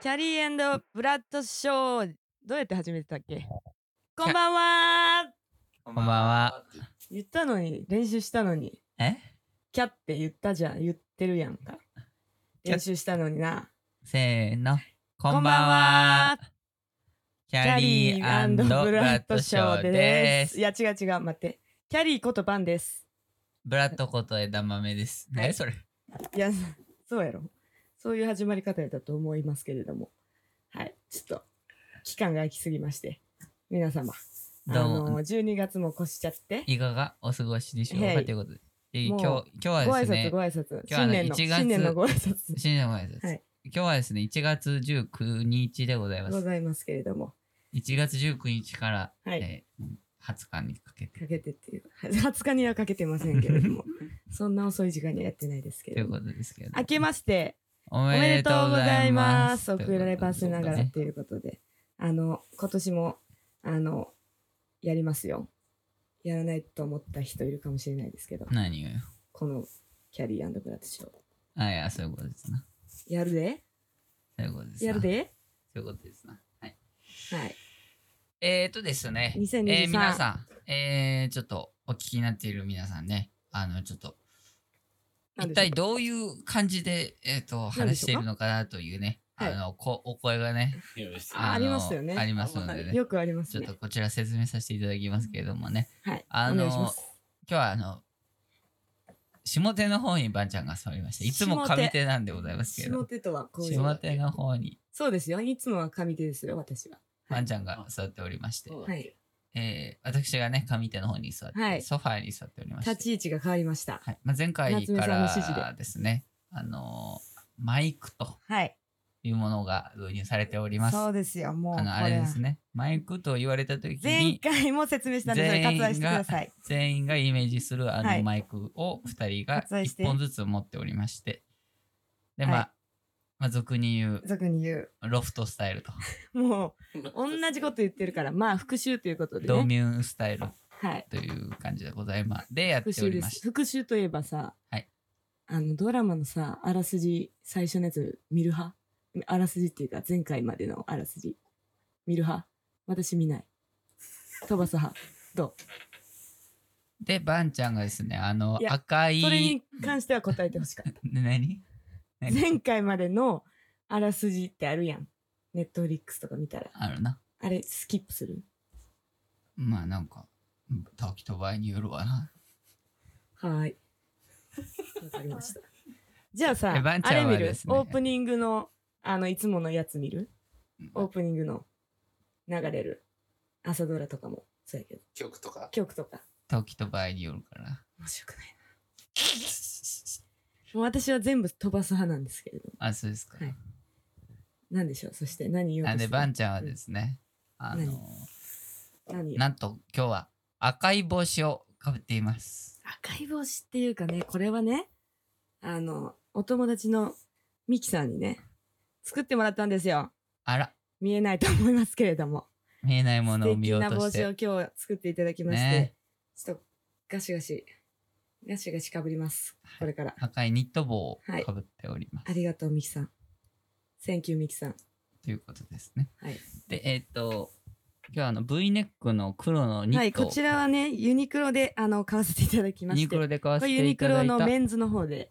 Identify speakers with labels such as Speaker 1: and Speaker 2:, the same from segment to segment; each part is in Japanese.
Speaker 1: キャリーブラッドショーどうやって始めてたっけこんばんは
Speaker 2: こん
Speaker 3: ばんは。
Speaker 1: 言ったのに練習したのに
Speaker 3: え
Speaker 1: キャって言ったじゃん言ってるやんか
Speaker 3: キャ
Speaker 1: 練習したのにな
Speaker 3: せーの。こんばんは。キ
Speaker 1: キ
Speaker 3: ャ
Speaker 1: ャ
Speaker 3: リ
Speaker 1: リ
Speaker 3: ー
Speaker 1: ー
Speaker 3: ブ
Speaker 1: ブ
Speaker 3: ラ
Speaker 1: ラ
Speaker 3: ッ
Speaker 1: ッ
Speaker 3: ド
Speaker 1: ド
Speaker 3: シ
Speaker 1: シ
Speaker 3: ョ
Speaker 1: ョ
Speaker 3: ー
Speaker 1: ー
Speaker 3: で。
Speaker 1: ですすいや違う違う待ってキャリーことバンです
Speaker 3: ブラッドこと枝豆です。
Speaker 1: はい
Speaker 3: 何それ
Speaker 1: いやそうやろそういう始まり方やったと思いますけれどもはいちょっと期間が空きすぎまして皆様あ
Speaker 3: どうも
Speaker 1: の12月も越しちゃって
Speaker 3: いかがお過ごしでしょう
Speaker 1: は
Speaker 3: か
Speaker 1: い
Speaker 3: ということで。で今
Speaker 1: もう
Speaker 3: 日、今日
Speaker 1: ご
Speaker 3: は
Speaker 1: 挨
Speaker 3: です
Speaker 1: 拶
Speaker 3: ね
Speaker 1: ご、挨拶
Speaker 3: 今日はあ
Speaker 1: 新年
Speaker 3: の
Speaker 1: の
Speaker 3: 1月
Speaker 1: 新年のご挨拶
Speaker 3: 新年のご挨拶
Speaker 1: はい
Speaker 3: 今日はですね、1月19日でございま
Speaker 1: ご
Speaker 3: す。
Speaker 1: ざいますけれども
Speaker 3: 1月19日から、
Speaker 1: はい
Speaker 3: えー20日にかけて。
Speaker 1: かけてっていう20日に はかけてませんけれど もそんな遅い時間にはやってないですけ
Speaker 3: と
Speaker 1: れ
Speaker 3: いう
Speaker 1: ども
Speaker 3: ことですけど。
Speaker 1: 明けまして
Speaker 3: お
Speaker 1: おめでとうございます
Speaker 3: めでとうご
Speaker 1: 送
Speaker 3: ざ
Speaker 1: ら
Speaker 3: い
Speaker 1: れ
Speaker 3: ま
Speaker 1: パ
Speaker 3: す
Speaker 1: スながらっていうことであの今年もあのやりますよやらないと思った人いるかもしれないですけど
Speaker 3: 何がよ。
Speaker 1: このキャリーブラッドショー
Speaker 3: あ、いや、そういうことですな。
Speaker 1: やるで
Speaker 3: そういうことですな。
Speaker 1: やるで
Speaker 3: そういうことですな。はい。
Speaker 1: はい
Speaker 3: えー、とですね、え
Speaker 1: 2023
Speaker 3: ー皆さん、えー、ちょっとお聞きになっている皆さんね、あの、ちょっと、
Speaker 1: なん
Speaker 3: 一
Speaker 1: でしょう
Speaker 3: 体どういう感じで、えっ、と、
Speaker 1: 何で
Speaker 3: 話
Speaker 1: しょうか
Speaker 3: しているのかなというね、あ
Speaker 1: はい
Speaker 3: の、こお声がね、
Speaker 1: あ
Speaker 3: の
Speaker 1: ありますよね
Speaker 3: ありますのでね、
Speaker 1: よくあります
Speaker 3: ちょっ
Speaker 1: ね
Speaker 3: とこちら説明させていただきますけれどもね、
Speaker 1: はい
Speaker 3: あの
Speaker 1: お願いします
Speaker 3: 今日はあの、下手の方にばんちゃんが座りまして、いつも上手なんでございますけれど
Speaker 1: 下
Speaker 3: も、
Speaker 1: 手とはこういう
Speaker 3: 下手の方に
Speaker 1: そうですよいつもは上手ですよ私は
Speaker 3: ばんちゃんが座っておりまして、
Speaker 1: はい
Speaker 3: えー、私がね、上手の方に座って、
Speaker 1: はい
Speaker 3: ソファーに座っておりまして
Speaker 1: 立、ち位置が変わりました
Speaker 3: はいまあ、前回
Speaker 1: 夏目
Speaker 3: か
Speaker 1: さんの指示
Speaker 3: ら
Speaker 1: で
Speaker 3: ですね、あのーマイクと
Speaker 1: はい
Speaker 3: いうものが導入されております。
Speaker 1: そう
Speaker 3: あ
Speaker 1: ですよもう
Speaker 3: の
Speaker 1: こ
Speaker 3: あれですね、マイクと言われた時
Speaker 1: 前
Speaker 3: に
Speaker 1: 回も説明したんでそれ割愛してください
Speaker 3: 全員がイメージするあ
Speaker 1: は
Speaker 3: の
Speaker 1: い
Speaker 3: マイクを2人が
Speaker 1: 割愛して
Speaker 3: 1本ずつ持っておりまして、で、まあ、
Speaker 1: はい
Speaker 3: まあ、俗に言う
Speaker 1: 俗に言
Speaker 3: ロフトスタイルと、
Speaker 1: うもう同じこと言ってるから まあ復習ということで
Speaker 3: ド
Speaker 1: ね
Speaker 3: ミューンスタイル
Speaker 1: はい
Speaker 3: という感じでございます。で、やって
Speaker 1: 復
Speaker 3: お
Speaker 1: 習
Speaker 3: り
Speaker 1: で
Speaker 3: まし
Speaker 1: す
Speaker 3: て、
Speaker 1: 復習といえばさ、
Speaker 3: はい
Speaker 1: あのドラマのさあらすじ最初のやつ見る派あらすじっていうか前回までのあらすじ見る派私見ない飛ばす派ど
Speaker 3: で、ばんちゃんがですね、あの
Speaker 1: い、や
Speaker 3: 赤
Speaker 1: う
Speaker 3: い、
Speaker 1: それに関しては答えてほしかった
Speaker 3: 何 何
Speaker 1: 前回までのあらすじってあるやんネットフリックスとか見たら
Speaker 3: あるな。
Speaker 1: あれスキップする
Speaker 3: まあなんか、うん時と場合によるわな。
Speaker 1: はーい。わかりました。じゃあさ、
Speaker 3: えバンち
Speaker 1: あ
Speaker 3: ゃ
Speaker 1: れ
Speaker 3: んは
Speaker 1: 見
Speaker 3: で
Speaker 1: る
Speaker 3: すね
Speaker 1: オープニングの、あの、いつものやつ見るオー
Speaker 3: お
Speaker 1: プニングの流れる。朝ドラとかも、そうやけど、
Speaker 2: 曲とか。
Speaker 1: 曲とか。
Speaker 3: 時と場合によ るから。
Speaker 1: 面白くないな。もう私は全部飛ばす派なんですけれども。
Speaker 3: あ、そうですか。
Speaker 1: はいなんでしょうそして何言おう
Speaker 3: な
Speaker 1: と
Speaker 3: んで、
Speaker 1: して
Speaker 3: ばんちゃんはですね、あの、
Speaker 1: 何
Speaker 3: なんと今日は赤い帽子をかぶっています。
Speaker 1: 赤い帽子っていうかね、これはね、あの、お友達のミキさんにね、作ってもらったんですよ。
Speaker 3: あら、
Speaker 1: 見えないと思いますけれども。
Speaker 3: 見えないものを見よう
Speaker 1: 素敵な
Speaker 3: と
Speaker 1: 帽
Speaker 3: し
Speaker 1: 子
Speaker 3: て。
Speaker 1: を今日作っていただきまして、
Speaker 3: ね
Speaker 1: ちょっとガシガシガシガシかぶります
Speaker 3: はい
Speaker 1: これから、
Speaker 3: 赤いニット帽を
Speaker 1: はい
Speaker 3: かぶっております。
Speaker 1: ありがとうミキさん Thank you ミキさん
Speaker 3: ということですね。
Speaker 1: はい、
Speaker 3: で、えっ、と、今日はあの V ネックの黒のニ
Speaker 1: はい、
Speaker 3: ットを、
Speaker 1: こちらはねユニクロであの買わせていただきま
Speaker 3: ユニ
Speaker 1: して
Speaker 3: クロで買わ
Speaker 1: こ
Speaker 3: せ
Speaker 1: れユ
Speaker 3: て
Speaker 1: ニ
Speaker 3: い
Speaker 1: ク
Speaker 3: た
Speaker 1: ロ
Speaker 3: だい
Speaker 1: の
Speaker 3: た
Speaker 1: メンズの方で、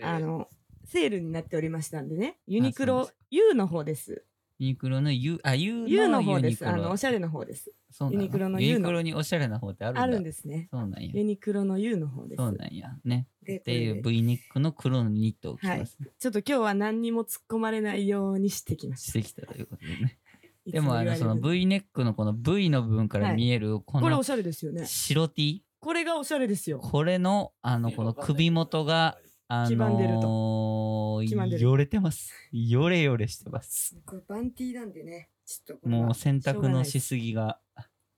Speaker 1: あのセールになっておりましたんでねユニク
Speaker 3: あそう
Speaker 1: ロ
Speaker 3: で
Speaker 1: U の方です
Speaker 3: ユニクロの U、あ、U の
Speaker 1: U の方で
Speaker 3: ユニ
Speaker 1: す
Speaker 3: クロ
Speaker 1: あのおしゃれの方です
Speaker 3: そうな
Speaker 1: ユニクロの
Speaker 3: ユ
Speaker 1: U の
Speaker 3: ニクロにおしゃれな方ってあるんだ
Speaker 1: あるんですね
Speaker 3: そうなんや
Speaker 1: ユ。ニクロの U の方です
Speaker 3: そうなんや。ね。
Speaker 1: で
Speaker 3: ってい
Speaker 1: これ
Speaker 3: う V ネックの黒のニットを着てます、ね
Speaker 1: ちょっと今日は何にも突っ込まれないようにしてきまし
Speaker 3: したてきたということでね。
Speaker 1: いつ
Speaker 3: でも
Speaker 1: 言わ
Speaker 3: あの
Speaker 1: れ
Speaker 3: その
Speaker 1: る
Speaker 3: V ネックのこの V の部分から見える
Speaker 1: こ
Speaker 3: こ
Speaker 1: れ
Speaker 3: の
Speaker 1: おしゃれですよね
Speaker 3: 白 T、
Speaker 1: これがおしゃれですよ。
Speaker 3: これのあのこの首元が、あ
Speaker 1: 黄ばんでると
Speaker 3: の
Speaker 1: 黄ばんで
Speaker 3: ー、
Speaker 1: る
Speaker 3: よれてます。よれよれしてます。
Speaker 1: これバンティーなんでね、ちょっとこれは
Speaker 3: もう洗濯のしすぎが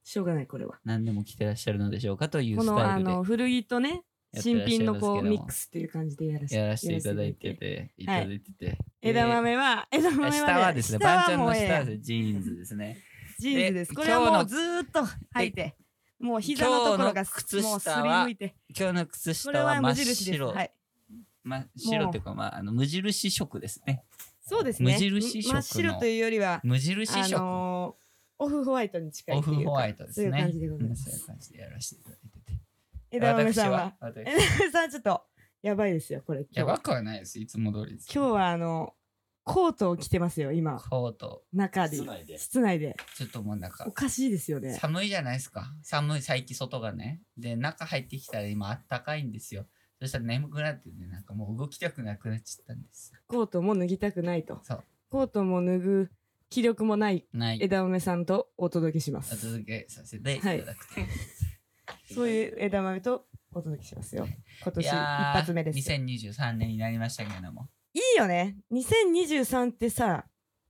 Speaker 1: しょうがないこれは。
Speaker 3: 何でも着てらっしゃるのでしょうかという
Speaker 1: こ
Speaker 3: ス
Speaker 1: の
Speaker 3: タ
Speaker 1: あ
Speaker 3: イルで
Speaker 1: の古着とね、
Speaker 3: やって
Speaker 1: 新
Speaker 3: らっしゃい
Speaker 1: 品
Speaker 3: ま
Speaker 1: の
Speaker 3: すけども
Speaker 1: こうミックスっていう感じでや らせ
Speaker 3: やらせていただい
Speaker 1: や
Speaker 3: て
Speaker 1: らせ
Speaker 3: て、い
Speaker 1: は
Speaker 3: た
Speaker 1: い
Speaker 3: だいてて。
Speaker 1: 枝豆は、枝豆は
Speaker 3: え
Speaker 1: ね、
Speaker 3: 下はですね、
Speaker 1: 下
Speaker 3: バンち
Speaker 1: は
Speaker 3: ゃん
Speaker 1: も
Speaker 3: の
Speaker 1: う
Speaker 3: 下
Speaker 1: ええや
Speaker 3: は
Speaker 1: ん
Speaker 3: ですねジーンズですね。
Speaker 1: ジーンズです。
Speaker 3: で
Speaker 1: これはも
Speaker 3: 今日の
Speaker 1: うずーっと履いて、もう膝のところが
Speaker 3: 今日の靴下は
Speaker 1: もうすりむいて、
Speaker 3: 今日の靴
Speaker 1: これ
Speaker 3: 下は
Speaker 1: は
Speaker 3: 真
Speaker 1: 無
Speaker 3: っ
Speaker 1: 印です。
Speaker 3: 白。
Speaker 1: はい。
Speaker 3: 真っ白というか、まあ、あの無印色ですね。
Speaker 1: そうですね
Speaker 3: 無印色
Speaker 1: 真っ白
Speaker 3: の
Speaker 1: というよりは
Speaker 3: 無印
Speaker 1: あ
Speaker 3: 色、
Speaker 1: のーオフホワイトに近い
Speaker 3: オ
Speaker 1: って
Speaker 3: フ
Speaker 1: いうか
Speaker 3: ホワイトです
Speaker 1: そういう
Speaker 3: ね。
Speaker 1: 感じでございま
Speaker 3: うんそういう
Speaker 1: す、
Speaker 3: 感じでやらせていただいてて。
Speaker 1: 枝豆
Speaker 3: 私
Speaker 1: さんは
Speaker 3: 私
Speaker 1: 枝豆 さんはちょっとやばいですよこれ
Speaker 3: や
Speaker 1: 今
Speaker 3: ば
Speaker 1: 日
Speaker 3: くはないです。いつも通りです。
Speaker 1: 今日はあのコートを着てますよ今
Speaker 3: コート、
Speaker 1: 中で
Speaker 2: 室内で
Speaker 1: 室内で
Speaker 3: ちょっともうなんか
Speaker 1: お、かしいですよね
Speaker 3: 寒いじゃないですか。寒い、最近外がね。で、中入ってきたら今あったかいんですよ。そしたら眠くなってね、なんかもう動きたくなくなっちゃったんです。
Speaker 1: コートも脱ぎたくないと
Speaker 3: そう。
Speaker 1: コートも脱ぐ気力もない
Speaker 3: ない。
Speaker 1: 枝豆さんとお届けしま
Speaker 3: お
Speaker 1: す
Speaker 3: 続けさせていただくと。
Speaker 1: そういう枝豆とお届けしますよ今
Speaker 3: い
Speaker 1: 年一
Speaker 3: やー
Speaker 1: 発目ですよ
Speaker 3: 2023年になりましたけれども。
Speaker 1: いいよね2023ってさ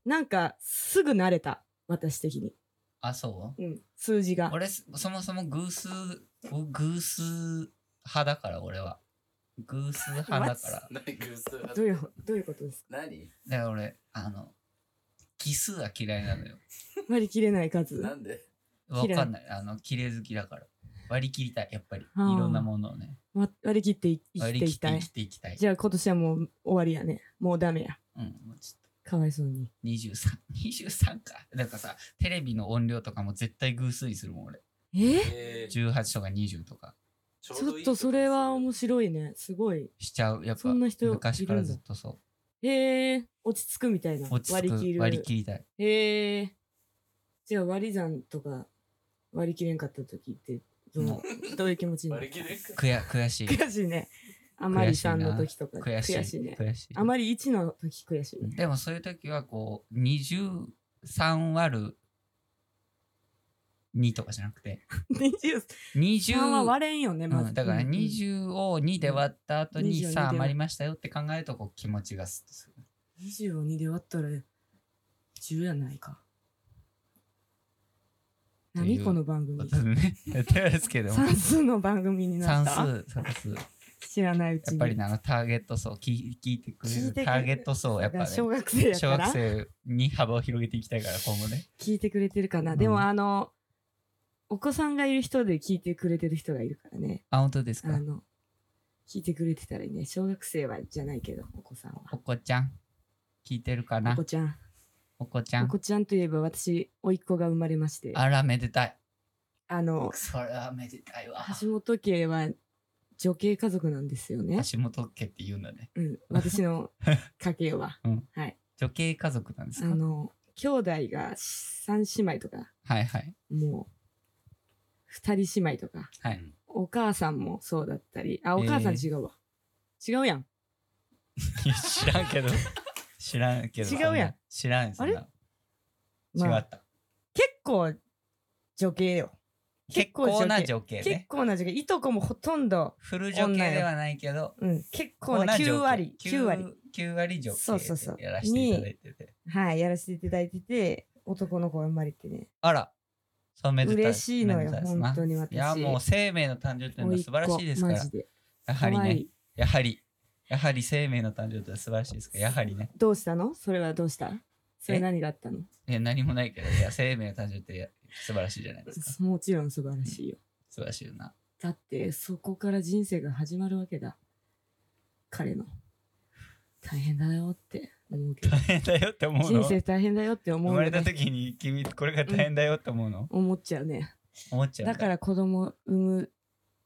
Speaker 1: なんかすぐ慣れた私的に、
Speaker 3: あ、そう
Speaker 1: うん、数字が
Speaker 3: 俺、そもそも偶数、偶数派だから、俺は。偶数派だから。
Speaker 2: 何偶数派
Speaker 1: どういうどういうことです
Speaker 2: 何
Speaker 3: だから俺、あの、奇数は嫌いなのよ。
Speaker 1: か割り切れない数
Speaker 2: なんで
Speaker 3: わかんない。あの、綺麗好きだから。割り切りたい、やっぱり。いろんなものをね。
Speaker 1: わ割り切ってい生
Speaker 3: 割
Speaker 1: き
Speaker 3: り
Speaker 1: てい
Speaker 3: 切っ
Speaker 1: き
Speaker 3: て
Speaker 1: た
Speaker 3: 生
Speaker 1: い
Speaker 3: きていきたい。
Speaker 1: じゃあ今年はもう終わりやねもうダメや
Speaker 3: うん、もうちょっ
Speaker 1: かわいそうに
Speaker 3: と。23、23か。なんかさ、テレビの音量とかも絶対偶数にするもん、俺。
Speaker 1: え
Speaker 2: えー
Speaker 3: 18とか20とか
Speaker 2: ち
Speaker 1: ちょっとそれは面
Speaker 2: 白
Speaker 1: 白いねすごい
Speaker 3: しちゃう。やっぱ、
Speaker 1: そんな人いるんだ
Speaker 3: 昔からずっとそ
Speaker 1: へえ落ち着くみたいな
Speaker 3: う。落ち着
Speaker 1: 割
Speaker 3: く。
Speaker 1: り切る
Speaker 3: 割り切りたい。
Speaker 1: へえ。じゃあ割り算とか割り切れんかった時って ど
Speaker 3: も
Speaker 1: うどういう気持ちにな
Speaker 2: 割
Speaker 1: る
Speaker 2: り切れ
Speaker 3: 悔や 悔しい。
Speaker 1: 悔しいね。あまり3の時とか
Speaker 3: 悔しい。
Speaker 1: ね。
Speaker 3: 悔しい。
Speaker 1: あまり1の時悔しい ね。
Speaker 3: でもそういう時はこう23割る2とかじゃなくて
Speaker 1: 23
Speaker 3: 20
Speaker 1: は割れんよね、まず。
Speaker 3: うん、だから
Speaker 1: うん
Speaker 3: 20を2で割った後に
Speaker 1: うん
Speaker 3: さあ
Speaker 1: 22
Speaker 3: 余りましたよって考えるとこう気持ちがすっとする。
Speaker 1: 20を2で割ったら10やないか。
Speaker 3: ってい
Speaker 1: 何
Speaker 3: う
Speaker 1: この番 組。
Speaker 3: ね、やってるんですけども
Speaker 1: 算数の番組にな
Speaker 3: 算
Speaker 1: った。
Speaker 3: 数算数や
Speaker 1: 知らないうち
Speaker 3: っ
Speaker 1: に。
Speaker 3: ぱりねあのターゲット層聞い聞いてくれ
Speaker 1: 聞いて
Speaker 3: る
Speaker 1: くれる
Speaker 3: ターゲット層をやっぱ、ね、
Speaker 1: 小学生やか
Speaker 3: 小
Speaker 1: ら
Speaker 3: 学。生に幅を広げていきたいから今後ね。
Speaker 1: 聞いてくれてるかな、
Speaker 3: うん
Speaker 1: でもあのお子さんがいる人で聞いてくれてる人がいるからね
Speaker 3: あ本当です
Speaker 1: あ
Speaker 3: か
Speaker 1: の聞いてくれてたらいいね小学生はじゃないけどお子さんは
Speaker 3: おこちゃん聞いてるか
Speaker 1: お
Speaker 3: な
Speaker 1: 子ちゃん
Speaker 3: おこちゃ
Speaker 1: お
Speaker 3: ん
Speaker 1: 子ちゃんといえば私甥っ子が生まれましてあ
Speaker 3: あらめでたい。
Speaker 1: の
Speaker 3: それはめでたいわ。
Speaker 1: 橋本家は女系家族なんですよね、
Speaker 3: 橋本家って言うんだね。
Speaker 1: うん、私の家系 は
Speaker 3: 女系家族なんです
Speaker 1: あ
Speaker 3: か
Speaker 1: の兄弟が3姉妹とか
Speaker 3: はいはい。
Speaker 1: もう2人姉妹とか
Speaker 3: はい。
Speaker 1: お母さんもそうだったりあお母さん違うわ、違うやん
Speaker 3: いや知ら んけど。知らんけど。
Speaker 1: 違うやん
Speaker 3: そな。知らんそんな違
Speaker 1: まあ
Speaker 3: った。
Speaker 1: 結構女系よ。
Speaker 3: 結構な女系
Speaker 1: 結
Speaker 3: ね。
Speaker 1: 構な女系。いとこもほとんど、
Speaker 3: フル女系ではないけど。
Speaker 1: うん、結構な9割、9割。。
Speaker 3: 9割女
Speaker 1: そうそうそ
Speaker 3: 系
Speaker 1: う
Speaker 3: でやらせていただいてて。
Speaker 1: はい、やらせていただいてて、男の子が生まれてね。
Speaker 3: あら。そうめでたい。
Speaker 1: 嬉しいのよ、
Speaker 3: めでたですな
Speaker 1: 本当に私。
Speaker 3: いやもう生命の誕生というのは素晴らしいですか
Speaker 1: 甥っ
Speaker 3: ら
Speaker 1: 子マジ。で。
Speaker 3: やはり
Speaker 1: 可愛
Speaker 3: ね。
Speaker 1: い
Speaker 3: やはり。やはり生命の誕生というのは素晴らしいですから。やはりね。
Speaker 1: どうしたのそれはどうしたそれ何があったの
Speaker 3: いや何もないけど、いや生命の誕生ってや素晴らしいじゃないですか。
Speaker 1: もちろん素晴らしいよ。
Speaker 3: 素晴らしいよな。
Speaker 1: だって、そこから人生が始まるわけだ。彼の。大変だよって思うけど
Speaker 3: 大。変だよって 思うの
Speaker 1: 人生大変だよって思
Speaker 3: 生
Speaker 1: う
Speaker 3: ま
Speaker 1: の
Speaker 3: れた
Speaker 1: が
Speaker 3: 時に君これが大変だよって思うの、
Speaker 1: 思っちゃうね。
Speaker 3: 思っちゃうん
Speaker 1: だから子供産む